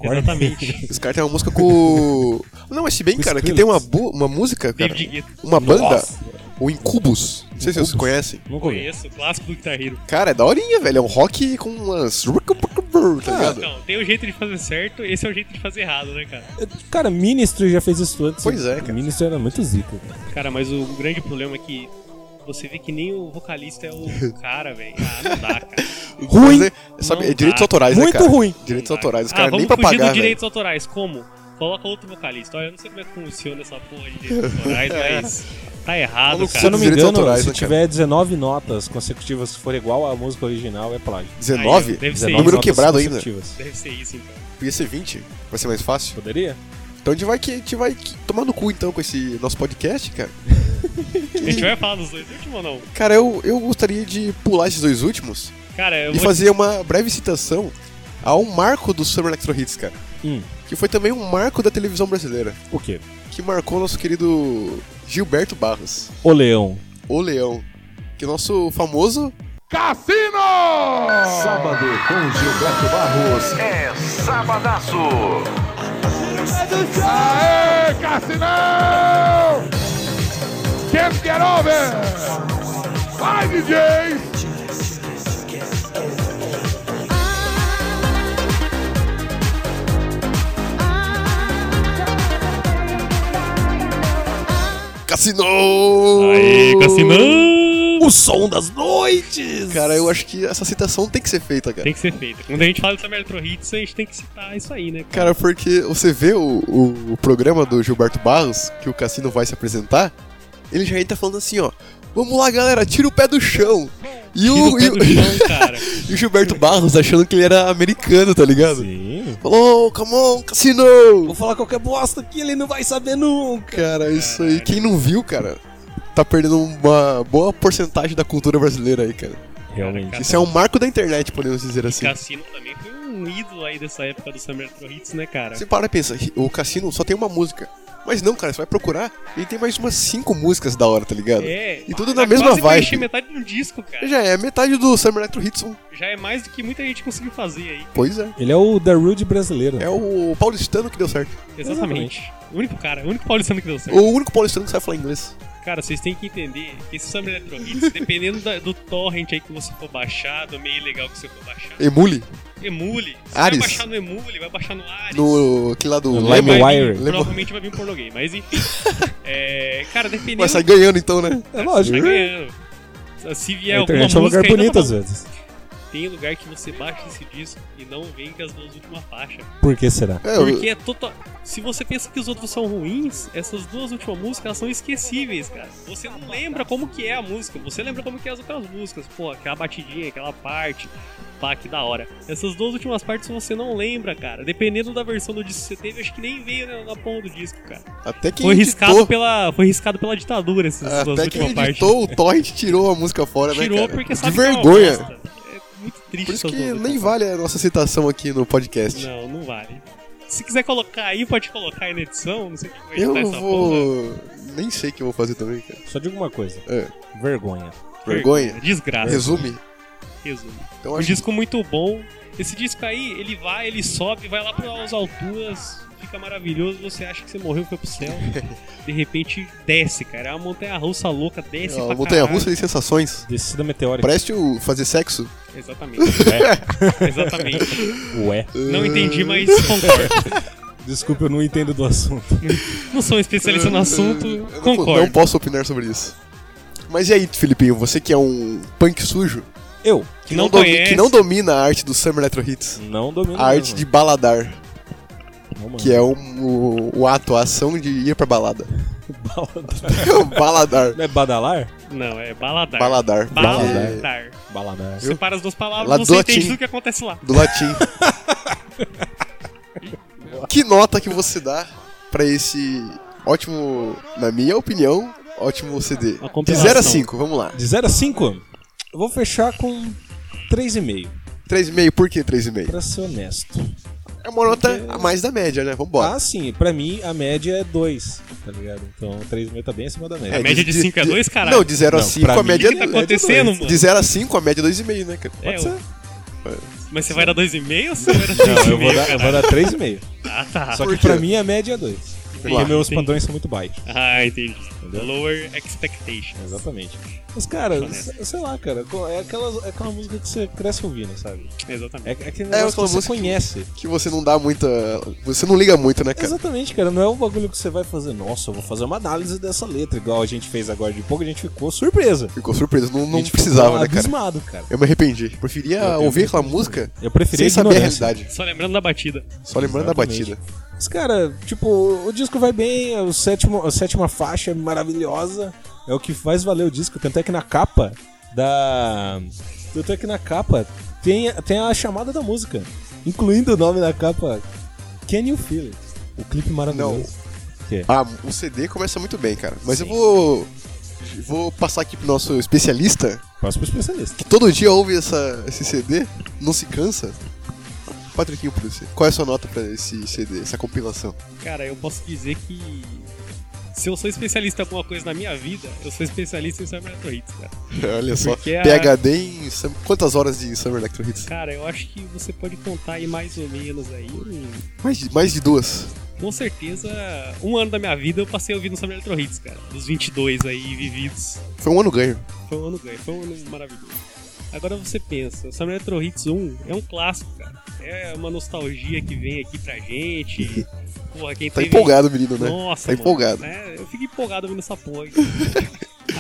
[SPEAKER 5] Exatamente.
[SPEAKER 4] Esse cara tem uma música com. Não, esse bem,
[SPEAKER 3] Com
[SPEAKER 4] cara, que
[SPEAKER 3] Skrillex.
[SPEAKER 4] tem uma, bu- uma música, cara.
[SPEAKER 5] David Guetta.
[SPEAKER 4] Uma banda,
[SPEAKER 3] Nossa.
[SPEAKER 4] o Incubus. Não sei se vocês conhecem.
[SPEAKER 3] Não conheço.
[SPEAKER 5] Conheço, o clássico do Guitar Hero.
[SPEAKER 4] Cara, é daorinha, velho. É um rock com umas. Tá ligado?
[SPEAKER 5] Então, tem o jeito de fazer certo, esse é o jeito de fazer errado, né, cara?
[SPEAKER 3] É, Cara, Ministry já fez isso antes.
[SPEAKER 4] Pois é, cara.
[SPEAKER 3] Ministry era muito zica, cara.
[SPEAKER 5] Cara, mas o grande problema é que você vê que nem o vocalista é o cara, velho. Ah, não dá, cara.
[SPEAKER 3] Ruim.
[SPEAKER 4] Mas é- sabe, é
[SPEAKER 5] Não
[SPEAKER 4] direitos
[SPEAKER 5] dá.
[SPEAKER 4] autorais, né,
[SPEAKER 3] Muito
[SPEAKER 4] cara?
[SPEAKER 3] ruim.
[SPEAKER 4] Direitos
[SPEAKER 5] Não dá.
[SPEAKER 4] autorais. Os
[SPEAKER 5] ah,
[SPEAKER 4] caras nem
[SPEAKER 5] vamos
[SPEAKER 4] pra
[SPEAKER 5] fugir
[SPEAKER 4] pagar.
[SPEAKER 5] dos
[SPEAKER 4] velho.
[SPEAKER 5] direitos autorais. Como? Coloca outro vocalista. Olha, eu não sei como é que funciona essa porra de direitos autorais, mas tá errado,
[SPEAKER 4] É. Maluco,
[SPEAKER 5] cara.
[SPEAKER 3] Se eu não me
[SPEAKER 4] Direitos
[SPEAKER 3] engano,
[SPEAKER 4] autorais,
[SPEAKER 3] se
[SPEAKER 4] né, cara?
[SPEAKER 3] tiver 19 notas consecutivas, se for igual à música original, é plágio.
[SPEAKER 5] Aí,
[SPEAKER 4] 19?
[SPEAKER 5] ó, deve ser
[SPEAKER 3] 19
[SPEAKER 5] isso.
[SPEAKER 4] Número
[SPEAKER 3] notas
[SPEAKER 4] quebrado ainda.
[SPEAKER 3] consecutivas.
[SPEAKER 5] Deve ser isso, então.
[SPEAKER 4] Podia ser 20. Vai ser mais fácil.
[SPEAKER 3] Poderia?
[SPEAKER 4] Então a gente vai, que, a gente vai que- tomar no cu, então, com esse nosso podcast, cara.
[SPEAKER 5] A gente vai falar dos dois últimos ou não?
[SPEAKER 4] Cara, eu, eu gostaria de pular esses dois últimos
[SPEAKER 5] Cara, eu
[SPEAKER 4] e
[SPEAKER 5] vou
[SPEAKER 4] fazer uma breve citação ao marco do Summer Electro Hits, cara.
[SPEAKER 3] Hum.
[SPEAKER 4] Que foi também um marco da televisão brasileira,
[SPEAKER 3] O quê?
[SPEAKER 4] que marcou nosso querido Gilberto Barros,
[SPEAKER 3] O Leão.
[SPEAKER 4] o Leão. Que é o nosso famoso.
[SPEAKER 1] Sábado com Gilberto Barros. É sabadaço. Aê, Cassinão! Can't get over! Vai, DJ!
[SPEAKER 4] Cassino!
[SPEAKER 5] Aê, Cassinão!
[SPEAKER 3] O som das noites!
[SPEAKER 4] Cara, eu acho que essa citação tem que ser feita, cara.
[SPEAKER 5] Tem que ser feito. Quando a gente fala dessa Metro Hits, a gente tem que citar isso aí, né?
[SPEAKER 4] Cara, porque você vê o, o, o programa do Gilberto Barros, que o Cassino vai se apresentar, ele já entra falando assim, ó. Vamos lá, galera, tira o pé do chão. E
[SPEAKER 5] Tira o
[SPEAKER 4] o,
[SPEAKER 5] pé
[SPEAKER 4] e,
[SPEAKER 5] do chão, cara.
[SPEAKER 4] e o Gilberto Barros achando que ele era americano, tá ligado?
[SPEAKER 3] Sim.
[SPEAKER 4] Falou, "Oh, come on, Cassino!
[SPEAKER 3] Vou falar qualquer bosta que ele não vai saber nunca.
[SPEAKER 4] Cara, isso aí, quem não viu, cara, tá perdendo uma boa porcentagem da cultura brasileira aí, cara.
[SPEAKER 3] Realmente.
[SPEAKER 4] Isso é um marco da internet, podemos dizer assim.
[SPEAKER 5] Cassino também foi um ídolo aí dessa época do Summer Metro Hits, né, cara?
[SPEAKER 4] Você para e pensa, o Cassino só tem uma música. Mas não, cara, você vai procurar, ele tem mais umas cinco músicas da hora, tá ligado?
[SPEAKER 5] É.
[SPEAKER 4] E tudo na
[SPEAKER 5] Tá
[SPEAKER 4] mesma
[SPEAKER 5] quase pra
[SPEAKER 4] vibe.
[SPEAKER 5] encher metade de um disco, cara.
[SPEAKER 4] Já é metade do Summer Electro Hits 1.
[SPEAKER 5] Já é mais do que muita gente conseguiu fazer aí.
[SPEAKER 4] Pois é.
[SPEAKER 3] Ele é o The Rude brasileiro.
[SPEAKER 4] É o paulistano que deu certo.
[SPEAKER 5] Exatamente. O único cara, o único paulistano que deu certo.
[SPEAKER 4] O único paulistano que sabe falar inglês.
[SPEAKER 5] Cara, vocês têm que entender que esse Summer Electro Hits, dependendo da- do torrent aí que você for baixar, do meio legal que você for baixar,
[SPEAKER 4] Emule.
[SPEAKER 5] Emule. Você
[SPEAKER 4] Ares.
[SPEAKER 5] vai baixar no Emule, vai baixar no Ares.
[SPEAKER 4] No. Que lá do.
[SPEAKER 3] No
[SPEAKER 5] Vai vir-
[SPEAKER 4] Lime-
[SPEAKER 3] LimeWire.
[SPEAKER 4] Lembra-
[SPEAKER 5] Provavelmente vai vir pornogay, mas enfim. é, cara, dependendo.
[SPEAKER 4] Vai sair ganhando então, né?
[SPEAKER 3] É
[SPEAKER 5] Tá
[SPEAKER 3] lógico.
[SPEAKER 5] ganhando. Se vier
[SPEAKER 3] A
[SPEAKER 5] alguma música
[SPEAKER 3] internet é um lugar
[SPEAKER 5] aí, tá
[SPEAKER 3] bonito
[SPEAKER 5] bom.
[SPEAKER 3] às vezes.
[SPEAKER 5] tem lugar que você baixa esse disco e não vem com as duas últimas faixas.
[SPEAKER 3] Por que será?
[SPEAKER 4] É, eu-
[SPEAKER 5] Porque é total. Se você pensa que os outros são ruins, essas duas últimas músicas elas são esquecíveis, cara. Você não lembra como que é a música, você lembra como que é as outras músicas. Pô, aquela batidinha, aquela parte, pá, que da hora. Essas duas últimas partes você não lembra, cara. Dependendo da versão do disco que você teve, acho que nem veio na, na porra do disco, cara.
[SPEAKER 4] até quem
[SPEAKER 5] Foi riscado,
[SPEAKER 4] editou,
[SPEAKER 5] pela, foi riscado pela ditadura essas duas
[SPEAKER 4] É, até quem
[SPEAKER 5] últimas partes.
[SPEAKER 4] editou o torrent tirou a música fora,
[SPEAKER 5] Tirou
[SPEAKER 4] né, cara?
[SPEAKER 5] porque
[SPEAKER 4] De
[SPEAKER 5] sabe
[SPEAKER 4] vergonha.
[SPEAKER 5] que é uma bosta. É muito triste
[SPEAKER 4] Por isso
[SPEAKER 5] essas
[SPEAKER 4] que
[SPEAKER 5] duas
[SPEAKER 4] nem
[SPEAKER 5] últimas
[SPEAKER 4] vale a nossa citação aqui no podcast.
[SPEAKER 5] Não, não vale. Se quiser colocar aí, pode colocar aí na edição. Não sei quem vai editar
[SPEAKER 4] Eu
[SPEAKER 5] essa porra.
[SPEAKER 4] vou. Nem sei o que eu vou fazer também, cara.
[SPEAKER 3] Só digo uma coisa.
[SPEAKER 4] É,
[SPEAKER 3] Vergonha.
[SPEAKER 4] vergonha.
[SPEAKER 5] Desgraça.
[SPEAKER 4] Resume.
[SPEAKER 5] Resumo.
[SPEAKER 4] Então
[SPEAKER 5] Um
[SPEAKER 4] acho
[SPEAKER 5] disco muito bom. Esse disco aí, ele vai, ele sobe, vai lá para as alturas, fica maravilhoso. Você acha que você morreu, foi pro céu. De repente, desce, cara. É uma montanha russa louca,
[SPEAKER 4] que
[SPEAKER 5] desce.
[SPEAKER 4] é
[SPEAKER 5] pra
[SPEAKER 4] uma montanha
[SPEAKER 5] caralho.
[SPEAKER 4] russa de sensações.
[SPEAKER 3] Descida meteórica. É,
[SPEAKER 4] Parece o fazer sexo.
[SPEAKER 5] Exatamente. Exatamente.
[SPEAKER 3] Ué.
[SPEAKER 5] Não entendi, mas concordo.
[SPEAKER 3] Desculpa, eu não entendo do assunto.
[SPEAKER 5] Não sou um especialista no
[SPEAKER 4] Eu
[SPEAKER 5] assunto,
[SPEAKER 4] não- Não
[SPEAKER 5] concordo.
[SPEAKER 4] posso opinar sobre isso. Mas e aí, Filipinho, você que é um punk sujo,
[SPEAKER 3] Eu
[SPEAKER 5] Que
[SPEAKER 4] não
[SPEAKER 5] não
[SPEAKER 4] domi-
[SPEAKER 5] conhece.
[SPEAKER 4] que não domina a arte do Summer Electro Hits,
[SPEAKER 3] não domino.
[SPEAKER 4] a arte de
[SPEAKER 3] mesmo.
[SPEAKER 4] baladar,
[SPEAKER 3] Não, mano.
[SPEAKER 4] que é um- o, o ato, a ação de ir pra balada.
[SPEAKER 3] Baladar.
[SPEAKER 4] É o baladar.
[SPEAKER 3] Não é badalar?
[SPEAKER 5] Não, é baladar.
[SPEAKER 4] Baladar.
[SPEAKER 5] Baladar.
[SPEAKER 3] Baladar.
[SPEAKER 5] Separa as duas palavras,
[SPEAKER 4] Lá do
[SPEAKER 5] você entende
[SPEAKER 4] latim.
[SPEAKER 5] tudo o que acontece lá.
[SPEAKER 4] Do latim. que nota que você dá pra esse ótimo, na minha opinião, ótimo CD?
[SPEAKER 5] Uma
[SPEAKER 4] De
[SPEAKER 5] compilação.
[SPEAKER 4] 0 a 5, vamos lá.
[SPEAKER 3] De 0 a 5, eu vou fechar com 3,5,
[SPEAKER 4] 3,5, por que 3,5?
[SPEAKER 3] pra ser honesto.
[SPEAKER 4] É uma nota a mais da média, né? Vambora.
[SPEAKER 3] Ah, sim, pra mim a média é 2, tá ligado? Então 3,5 tá bem acima da média.
[SPEAKER 5] média de cinco é dois, caralho?
[SPEAKER 4] Não, de 0 a
[SPEAKER 3] Não,
[SPEAKER 4] 5
[SPEAKER 3] pra
[SPEAKER 4] a
[SPEAKER 3] mim,
[SPEAKER 4] média é
[SPEAKER 5] O que tá acontecendo, mano?
[SPEAKER 4] De 0 a 5 a média é 2,5, né, cara?
[SPEAKER 5] É,
[SPEAKER 3] Pode ser.
[SPEAKER 5] Mas você vai dar 2,5 ou você vai dar 3,5?
[SPEAKER 3] Não, eu vou dar, eu vou dar 3,5.
[SPEAKER 5] Ah, tá.
[SPEAKER 3] Só
[SPEAKER 4] Por
[SPEAKER 3] que
[SPEAKER 4] quê?
[SPEAKER 3] pra mim a média é 2. Porque
[SPEAKER 4] Lá.
[SPEAKER 3] meus
[SPEAKER 5] Entendi.
[SPEAKER 3] padrões são muito baixos.
[SPEAKER 5] Ah, entendi. Lower expectation.
[SPEAKER 3] Exatamente. Mas, cara, s- sei lá, cara, co- é aquela, é aquela música que você cresce ouvindo, sabe? É, é
[SPEAKER 5] Exatamente.
[SPEAKER 3] aquele
[SPEAKER 4] aquela
[SPEAKER 3] negócio que você
[SPEAKER 4] música que-
[SPEAKER 3] conhece.
[SPEAKER 4] Que você não dá muita. Você não liga muito, né, cara?
[SPEAKER 3] Exatamente, cara. Não é um bagulho que você vai fazer, nossa, eu vou fazer uma análise dessa letra, igual a gente fez agora de pouco, a gente ficou surpresa.
[SPEAKER 4] Ficou surpreso, não,
[SPEAKER 3] A
[SPEAKER 4] não
[SPEAKER 3] gente
[SPEAKER 4] precisava,
[SPEAKER 3] ficou
[SPEAKER 4] né, cara?
[SPEAKER 3] abismado, cara.
[SPEAKER 4] Eu me arrependi. Preferia
[SPEAKER 3] Eu- eu-
[SPEAKER 4] ouvir aquela música
[SPEAKER 3] Eu preferi
[SPEAKER 4] sem
[SPEAKER 3] a
[SPEAKER 4] saber a
[SPEAKER 3] ignorância.
[SPEAKER 4] realidade.
[SPEAKER 5] Só lembrando da batida.
[SPEAKER 4] Só lembrando da
[SPEAKER 3] Exatamente.
[SPEAKER 4] batida.
[SPEAKER 3] Mas, cara, tipo, o disco vai bem, o sétimo, a sétima faixa é maravilhosa, é o que faz valer o disco. Tanto é que na capa da. Tanto é que na capa tem, tem a chamada da música, incluindo o nome da capa Can You Feel It? O clipe maravilhoso.
[SPEAKER 4] Ah, o CD começa muito bem, cara. Mas eu vou. Vou passar aqui pro nosso especialista,
[SPEAKER 3] Próximo especialista.
[SPEAKER 4] que todo dia ouve essa, esse CD, não se cansa. Patriquinho, por você. Qual é a sua nota pra esse CD, essa compilação?
[SPEAKER 5] Cara, eu posso dizer que. Se eu sou especialista em alguma coisa na minha vida, eu sou especialista em Summer Electro Hits, cara.
[SPEAKER 4] Olha só.
[SPEAKER 5] Porque a-
[SPEAKER 4] PHD em. Sam- Quantas horas de Summer Electro Hits?
[SPEAKER 5] Cara, eu acho que você pode contar aí mais ou menos aí. um-
[SPEAKER 4] Mais de, mais de duas.
[SPEAKER 5] Com certeza, um ano da minha vida eu passei ouvindo Summer Electro Hits, cara. Dos 22 aí vividos.
[SPEAKER 4] Foi um ano ganho.
[SPEAKER 5] Foi um ano ganho, foi um ano maravilhoso. Agora você pensa, Samurai Retro Hits 1 é um clássico, cara. É uma nostalgia que vem aqui pra gente. Porra, quem
[SPEAKER 4] Tá
[SPEAKER 5] teve-
[SPEAKER 4] empolgado, menino, né?
[SPEAKER 5] Nossa,
[SPEAKER 4] tá
[SPEAKER 5] mano,
[SPEAKER 4] empolgado.
[SPEAKER 5] né? Eu fico empolgado ouvindo essa porra. aí.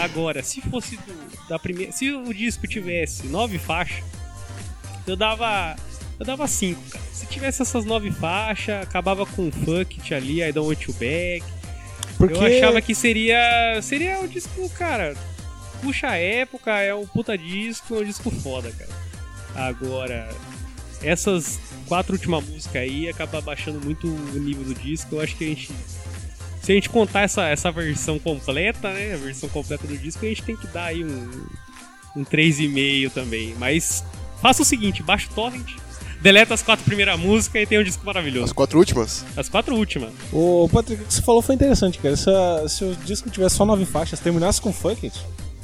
[SPEAKER 5] Agora, se fosse do- da primeira, se o disco tivesse nove faixas, eu dava eu dava cinco, cara. Se tivesse essas nove faixas, acabava com Fuck It ali, I Don't Want You Back,
[SPEAKER 3] Porque
[SPEAKER 5] eu achava que seria. Seria um disco, cara. Puxa a época, é um puta disco, é um disco foda, cara. Agora, essas quatro últimas músicas aí acaba baixando muito o nível do disco. Eu acho que a gente. Se a gente contar essa, essa versão completa, né? A versão completa do disco, a gente tem que dar aí um. Um 3,5 também. Mas faça o seguinte: baixa o torrent, deleta as quatro primeiras músicas e tem um disco
[SPEAKER 4] As
[SPEAKER 5] maravilhoso.
[SPEAKER 4] quatro últimas?
[SPEAKER 5] As quatro últimas.
[SPEAKER 3] O Patrick, o que você falou foi interessante, cara. Se, a- se o disco tivesse só nove faixas, terminasse com Fuck It.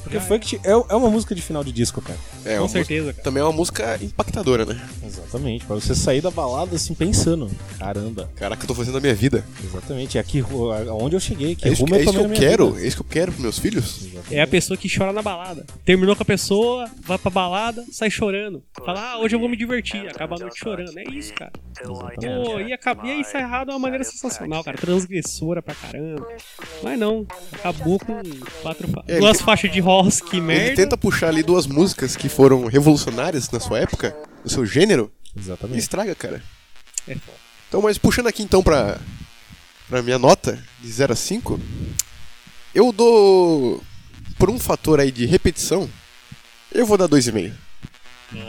[SPEAKER 3] Porque
[SPEAKER 5] Já
[SPEAKER 3] Fuck It é, é uma música de final de disco, cara.
[SPEAKER 4] É,
[SPEAKER 5] Com
[SPEAKER 4] uma música-
[SPEAKER 5] certeza, cara.
[SPEAKER 4] Também é uma música impactadora, né?
[SPEAKER 3] Exatamente, pra você sair da balada assim pensando. Caramba,
[SPEAKER 4] Caraca, eu tô fazendo a minha vida.
[SPEAKER 3] exatamente. Aqui, ru- aonde eu cheguei, que
[SPEAKER 4] é isso,
[SPEAKER 3] rumo
[SPEAKER 4] que, é isso que
[SPEAKER 3] tomei
[SPEAKER 4] eu
[SPEAKER 3] na minha
[SPEAKER 4] quero.
[SPEAKER 3] vida.
[SPEAKER 4] É isso que eu quero pros meus filhos.
[SPEAKER 5] É a pessoa que chora na balada. Terminou com a pessoa, vai pra balada, sai chorando. Fala, ah, hoje eu vou me divertir. Acaba a noite chorando. É isso, cara. Pô, e, acaba, e é isso errado de uma maneira sensacional, cara. Transgressora pra caramba. Mas não, acabou com quatro fa-
[SPEAKER 4] É,
[SPEAKER 5] duas
[SPEAKER 4] ele-
[SPEAKER 5] faixas de rock, que
[SPEAKER 4] Ele
[SPEAKER 5] merda.
[SPEAKER 4] tenta puxar ali duas músicas que foram revolucionárias na sua época, no seu gênero, e
[SPEAKER 3] Exatamente.
[SPEAKER 4] estraga, cara.
[SPEAKER 5] É.
[SPEAKER 4] Então, mas puxando aqui então pra, pra minha nota, de 0 a 5, eu dou. Por um fator aí de repetição, eu vou dar 2,5.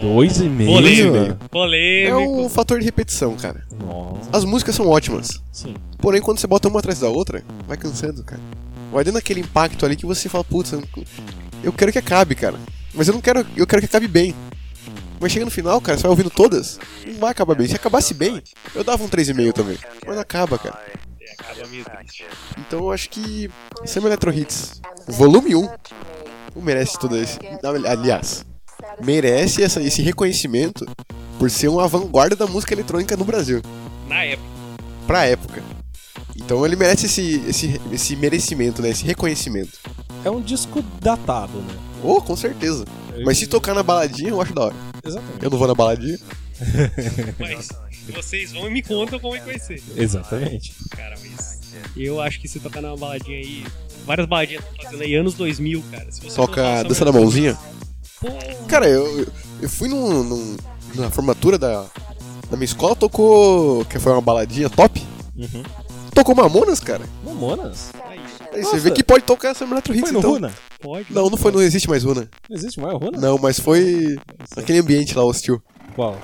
[SPEAKER 3] Dois e meio.
[SPEAKER 5] Polêmico,
[SPEAKER 4] É o
[SPEAKER 5] polêmico.
[SPEAKER 4] fator de repetição, cara.
[SPEAKER 3] Nossa,
[SPEAKER 4] As músicas são ótimas.
[SPEAKER 3] sim.
[SPEAKER 4] Porém, quando você bota uma atrás da outra, vai cansando, cara. Vai dando aquele impacto ali que você fala, putz, eu não- eu quero que acabe, cara. Mas eu não quero, eu quero que acabe bem. Mas chega no final, cara, você vai ouvindo todas, não vai acabar bem. Se acabasse bem, eu dava um 3,5 também. Mas não acaba, cara.
[SPEAKER 5] É, acaba meio triste.
[SPEAKER 4] Então eu acho que Samba Electro Hits, volume 1, não merece todo esse. não, ali- aliás, merece essa- esse reconhecimento por ser uma vanguarda da música eletrônica no Brasil
[SPEAKER 5] Na época.
[SPEAKER 4] pra época. Então ele merece esse, esse, esse merecimento, né? Esse reconhecimento.
[SPEAKER 3] É um disco datado, né?
[SPEAKER 4] Oh, com certeza.
[SPEAKER 3] É
[SPEAKER 4] Mas se tocar na baladinha, eu acho da hora.
[SPEAKER 3] Exatamente.
[SPEAKER 4] Eu não vou na baladinha.
[SPEAKER 5] Mas vocês vão e me contam como é que vai ser.
[SPEAKER 3] Exatamente.
[SPEAKER 5] Cara, mas eu acho que se tocar numa baladinha aí, várias baladinhas estão fazendo aí, anos 2000, cara. Se você
[SPEAKER 4] Toca
[SPEAKER 5] colocar
[SPEAKER 4] dança
[SPEAKER 5] samba- assim,
[SPEAKER 4] da mãozinha.
[SPEAKER 5] Pô,
[SPEAKER 4] Cara, eu, eu- eu fui num, num- na formatura da, da minha escola, tocou. Que foi uma baladinha top.
[SPEAKER 3] Uhum.
[SPEAKER 4] Tocou Mamonas, cara.
[SPEAKER 3] Mamonas?
[SPEAKER 5] aí,
[SPEAKER 4] Aí
[SPEAKER 3] Nossa.
[SPEAKER 4] você vê que pode tocar essa Electro Hits,
[SPEAKER 3] Foi no
[SPEAKER 4] então.
[SPEAKER 3] Runa?
[SPEAKER 5] pode.
[SPEAKER 4] Não, não foi, não existe mais Runa.
[SPEAKER 3] Não existe mais o Runa?
[SPEAKER 4] Não, mas foi naquele ambiente lá hostil.
[SPEAKER 3] Qual?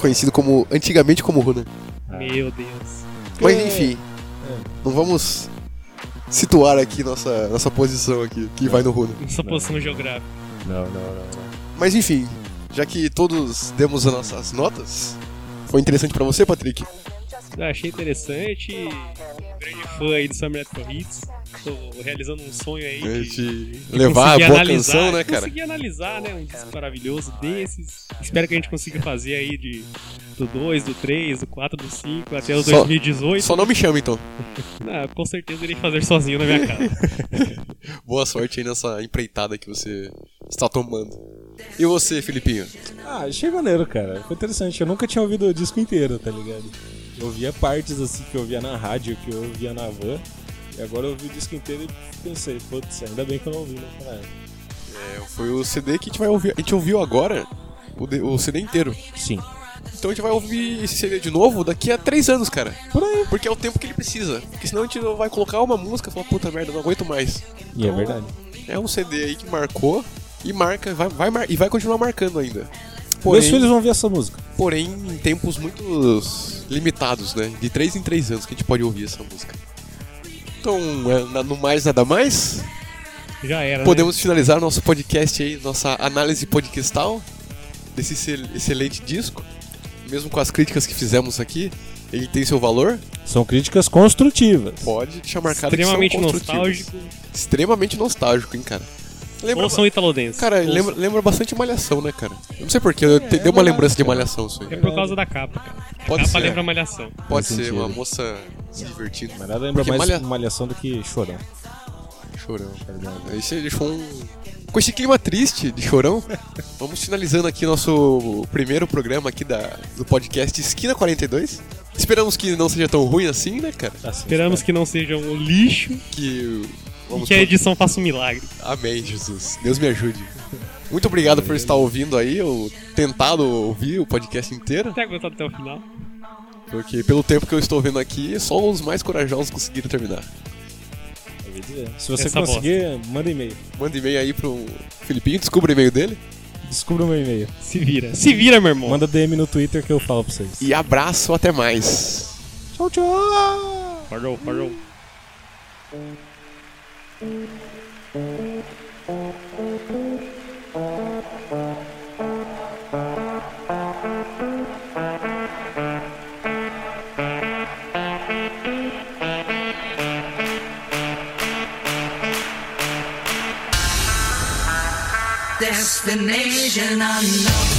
[SPEAKER 4] Conhecido como. antigamente como Runa. Tá.
[SPEAKER 5] Meu Deus.
[SPEAKER 4] Mas enfim, não vamos situar aqui nossa, nossa posição aqui, que vai no Runa.
[SPEAKER 5] Essa posição geográfica.
[SPEAKER 3] Não, não, não.
[SPEAKER 4] Mas enfim, já que todos demos as nossas notas, foi interessante pra você, Patrick?
[SPEAKER 5] Eu Ah, achei interessante. Grande fã aí do Summer Electro Hits. Tô realizando um sonho aí. de
[SPEAKER 4] De levar a
[SPEAKER 5] conseguir
[SPEAKER 4] boa
[SPEAKER 5] analisar,
[SPEAKER 4] canção, né, cara?
[SPEAKER 5] Consegui analisar, né? Um disco maravilhoso desses. Espero que a gente consiga fazer aí de, do 2, do 3, do 4, do 5, até o
[SPEAKER 4] Só-
[SPEAKER 5] 2018.
[SPEAKER 4] Só não me chama então.
[SPEAKER 5] Ah, com certeza eu irei fazer sozinho na minha casa.
[SPEAKER 4] Boa sorte aí nessa empreitada que você está tomando. E você, Filipinho?
[SPEAKER 3] Ah, achei maneiro, cara. Foi interessante. Eu nunca tinha ouvido o disco inteiro, tá ligado? Eu via partes assim que eu via na rádio, que eu via na van. E agora eu ouvi o disco inteiro e pensei, putz, ainda bem que eu não ouvi naquela época.
[SPEAKER 4] É, foi o CD que a gente vai ouvir. A gente ouviu agora o, de- o CD inteiro.
[SPEAKER 3] Sim.
[SPEAKER 4] Então a gente vai ouvir esse CD de novo daqui a três anos, cara.
[SPEAKER 3] Por aí.
[SPEAKER 4] Porque é o tempo que ele precisa. Porque senão a gente não vai colocar uma música e falar, puta merda, não aguento mais.
[SPEAKER 3] E é verdade.
[SPEAKER 4] É um CD aí que marcou e marca, vai, vai mar- e vai continuar marcando ainda.
[SPEAKER 3] Meus
[SPEAKER 4] Porém,
[SPEAKER 3] filhos vão ver essa música.
[SPEAKER 4] porém, em tempos muito limitados, né? De três em três anos que a gente pode ouvir essa música. Então, é, na- no mais nada mais,
[SPEAKER 5] Já era. né?
[SPEAKER 4] podemos finalizar nosso podcast aí, nossa análise podcastal desse excel- excelente disco. Mesmo com as críticas que fizemos aqui, ele tem seu valor.
[SPEAKER 3] São críticas construtivas.
[SPEAKER 4] Pode deixar marcado que são
[SPEAKER 5] extremamente
[SPEAKER 4] construtivas.
[SPEAKER 5] nostálgico.
[SPEAKER 4] um Extremamente nostálgico, hein, cara. Lembra,
[SPEAKER 5] Ouçam Italodense.
[SPEAKER 4] Cara,
[SPEAKER 5] Ouçam.
[SPEAKER 4] lembra, lembra bastante Malhação, né, cara? Eu não sei porquê, eu te- dei uma lembrança de Malhação isso
[SPEAKER 5] É
[SPEAKER 4] aí.
[SPEAKER 5] por causa da capa, cara. A
[SPEAKER 4] Pode
[SPEAKER 5] capa
[SPEAKER 4] ser.
[SPEAKER 5] lembra Malhação.
[SPEAKER 4] Pode
[SPEAKER 3] Faz
[SPEAKER 4] ser uma
[SPEAKER 3] sentido.
[SPEAKER 4] moça se divertindo,
[SPEAKER 3] Mas nada lembra
[SPEAKER 4] Porque
[SPEAKER 3] mais
[SPEAKER 4] malha-
[SPEAKER 3] malhação do que chorão.
[SPEAKER 4] chorão. tá Aí você deixou um... Com esse clima triste de chorão, vamos finalizando aqui nosso primeiro programa aqui da, do podcast Esquina 42. Esperamos que não seja tão ruim assim, né, cara?
[SPEAKER 3] Assim,
[SPEAKER 5] Esperamos que não seja um lixo
[SPEAKER 4] Que...
[SPEAKER 5] e
[SPEAKER 4] Vamos
[SPEAKER 5] que a edição faça um milagre.
[SPEAKER 4] Amém, Jesus. Deus me ajude. Muito obrigado por estar ouvindo aí, ou tentado ouvir o podcast inteiro.
[SPEAKER 5] Até aguentado até o final.
[SPEAKER 4] Porque pelo tempo que eu estou vendo aqui, só os mais corajosos conseguiram terminar.
[SPEAKER 3] eu ia dizer. Se você
[SPEAKER 5] Essa
[SPEAKER 3] conseguir, manda e-mail.
[SPEAKER 4] Manda e-mail aí pro Filipinho, descubra o e-mail dele.
[SPEAKER 3] Descubra o meu e-mail.
[SPEAKER 5] Se vira. Se vira, meu irmão.
[SPEAKER 3] Manda DM no Twitter que eu falo pra vocês.
[SPEAKER 4] E abraço, até mais.
[SPEAKER 3] Tchau, tchau!
[SPEAKER 5] Parou, parou.
[SPEAKER 7] Destination unknown.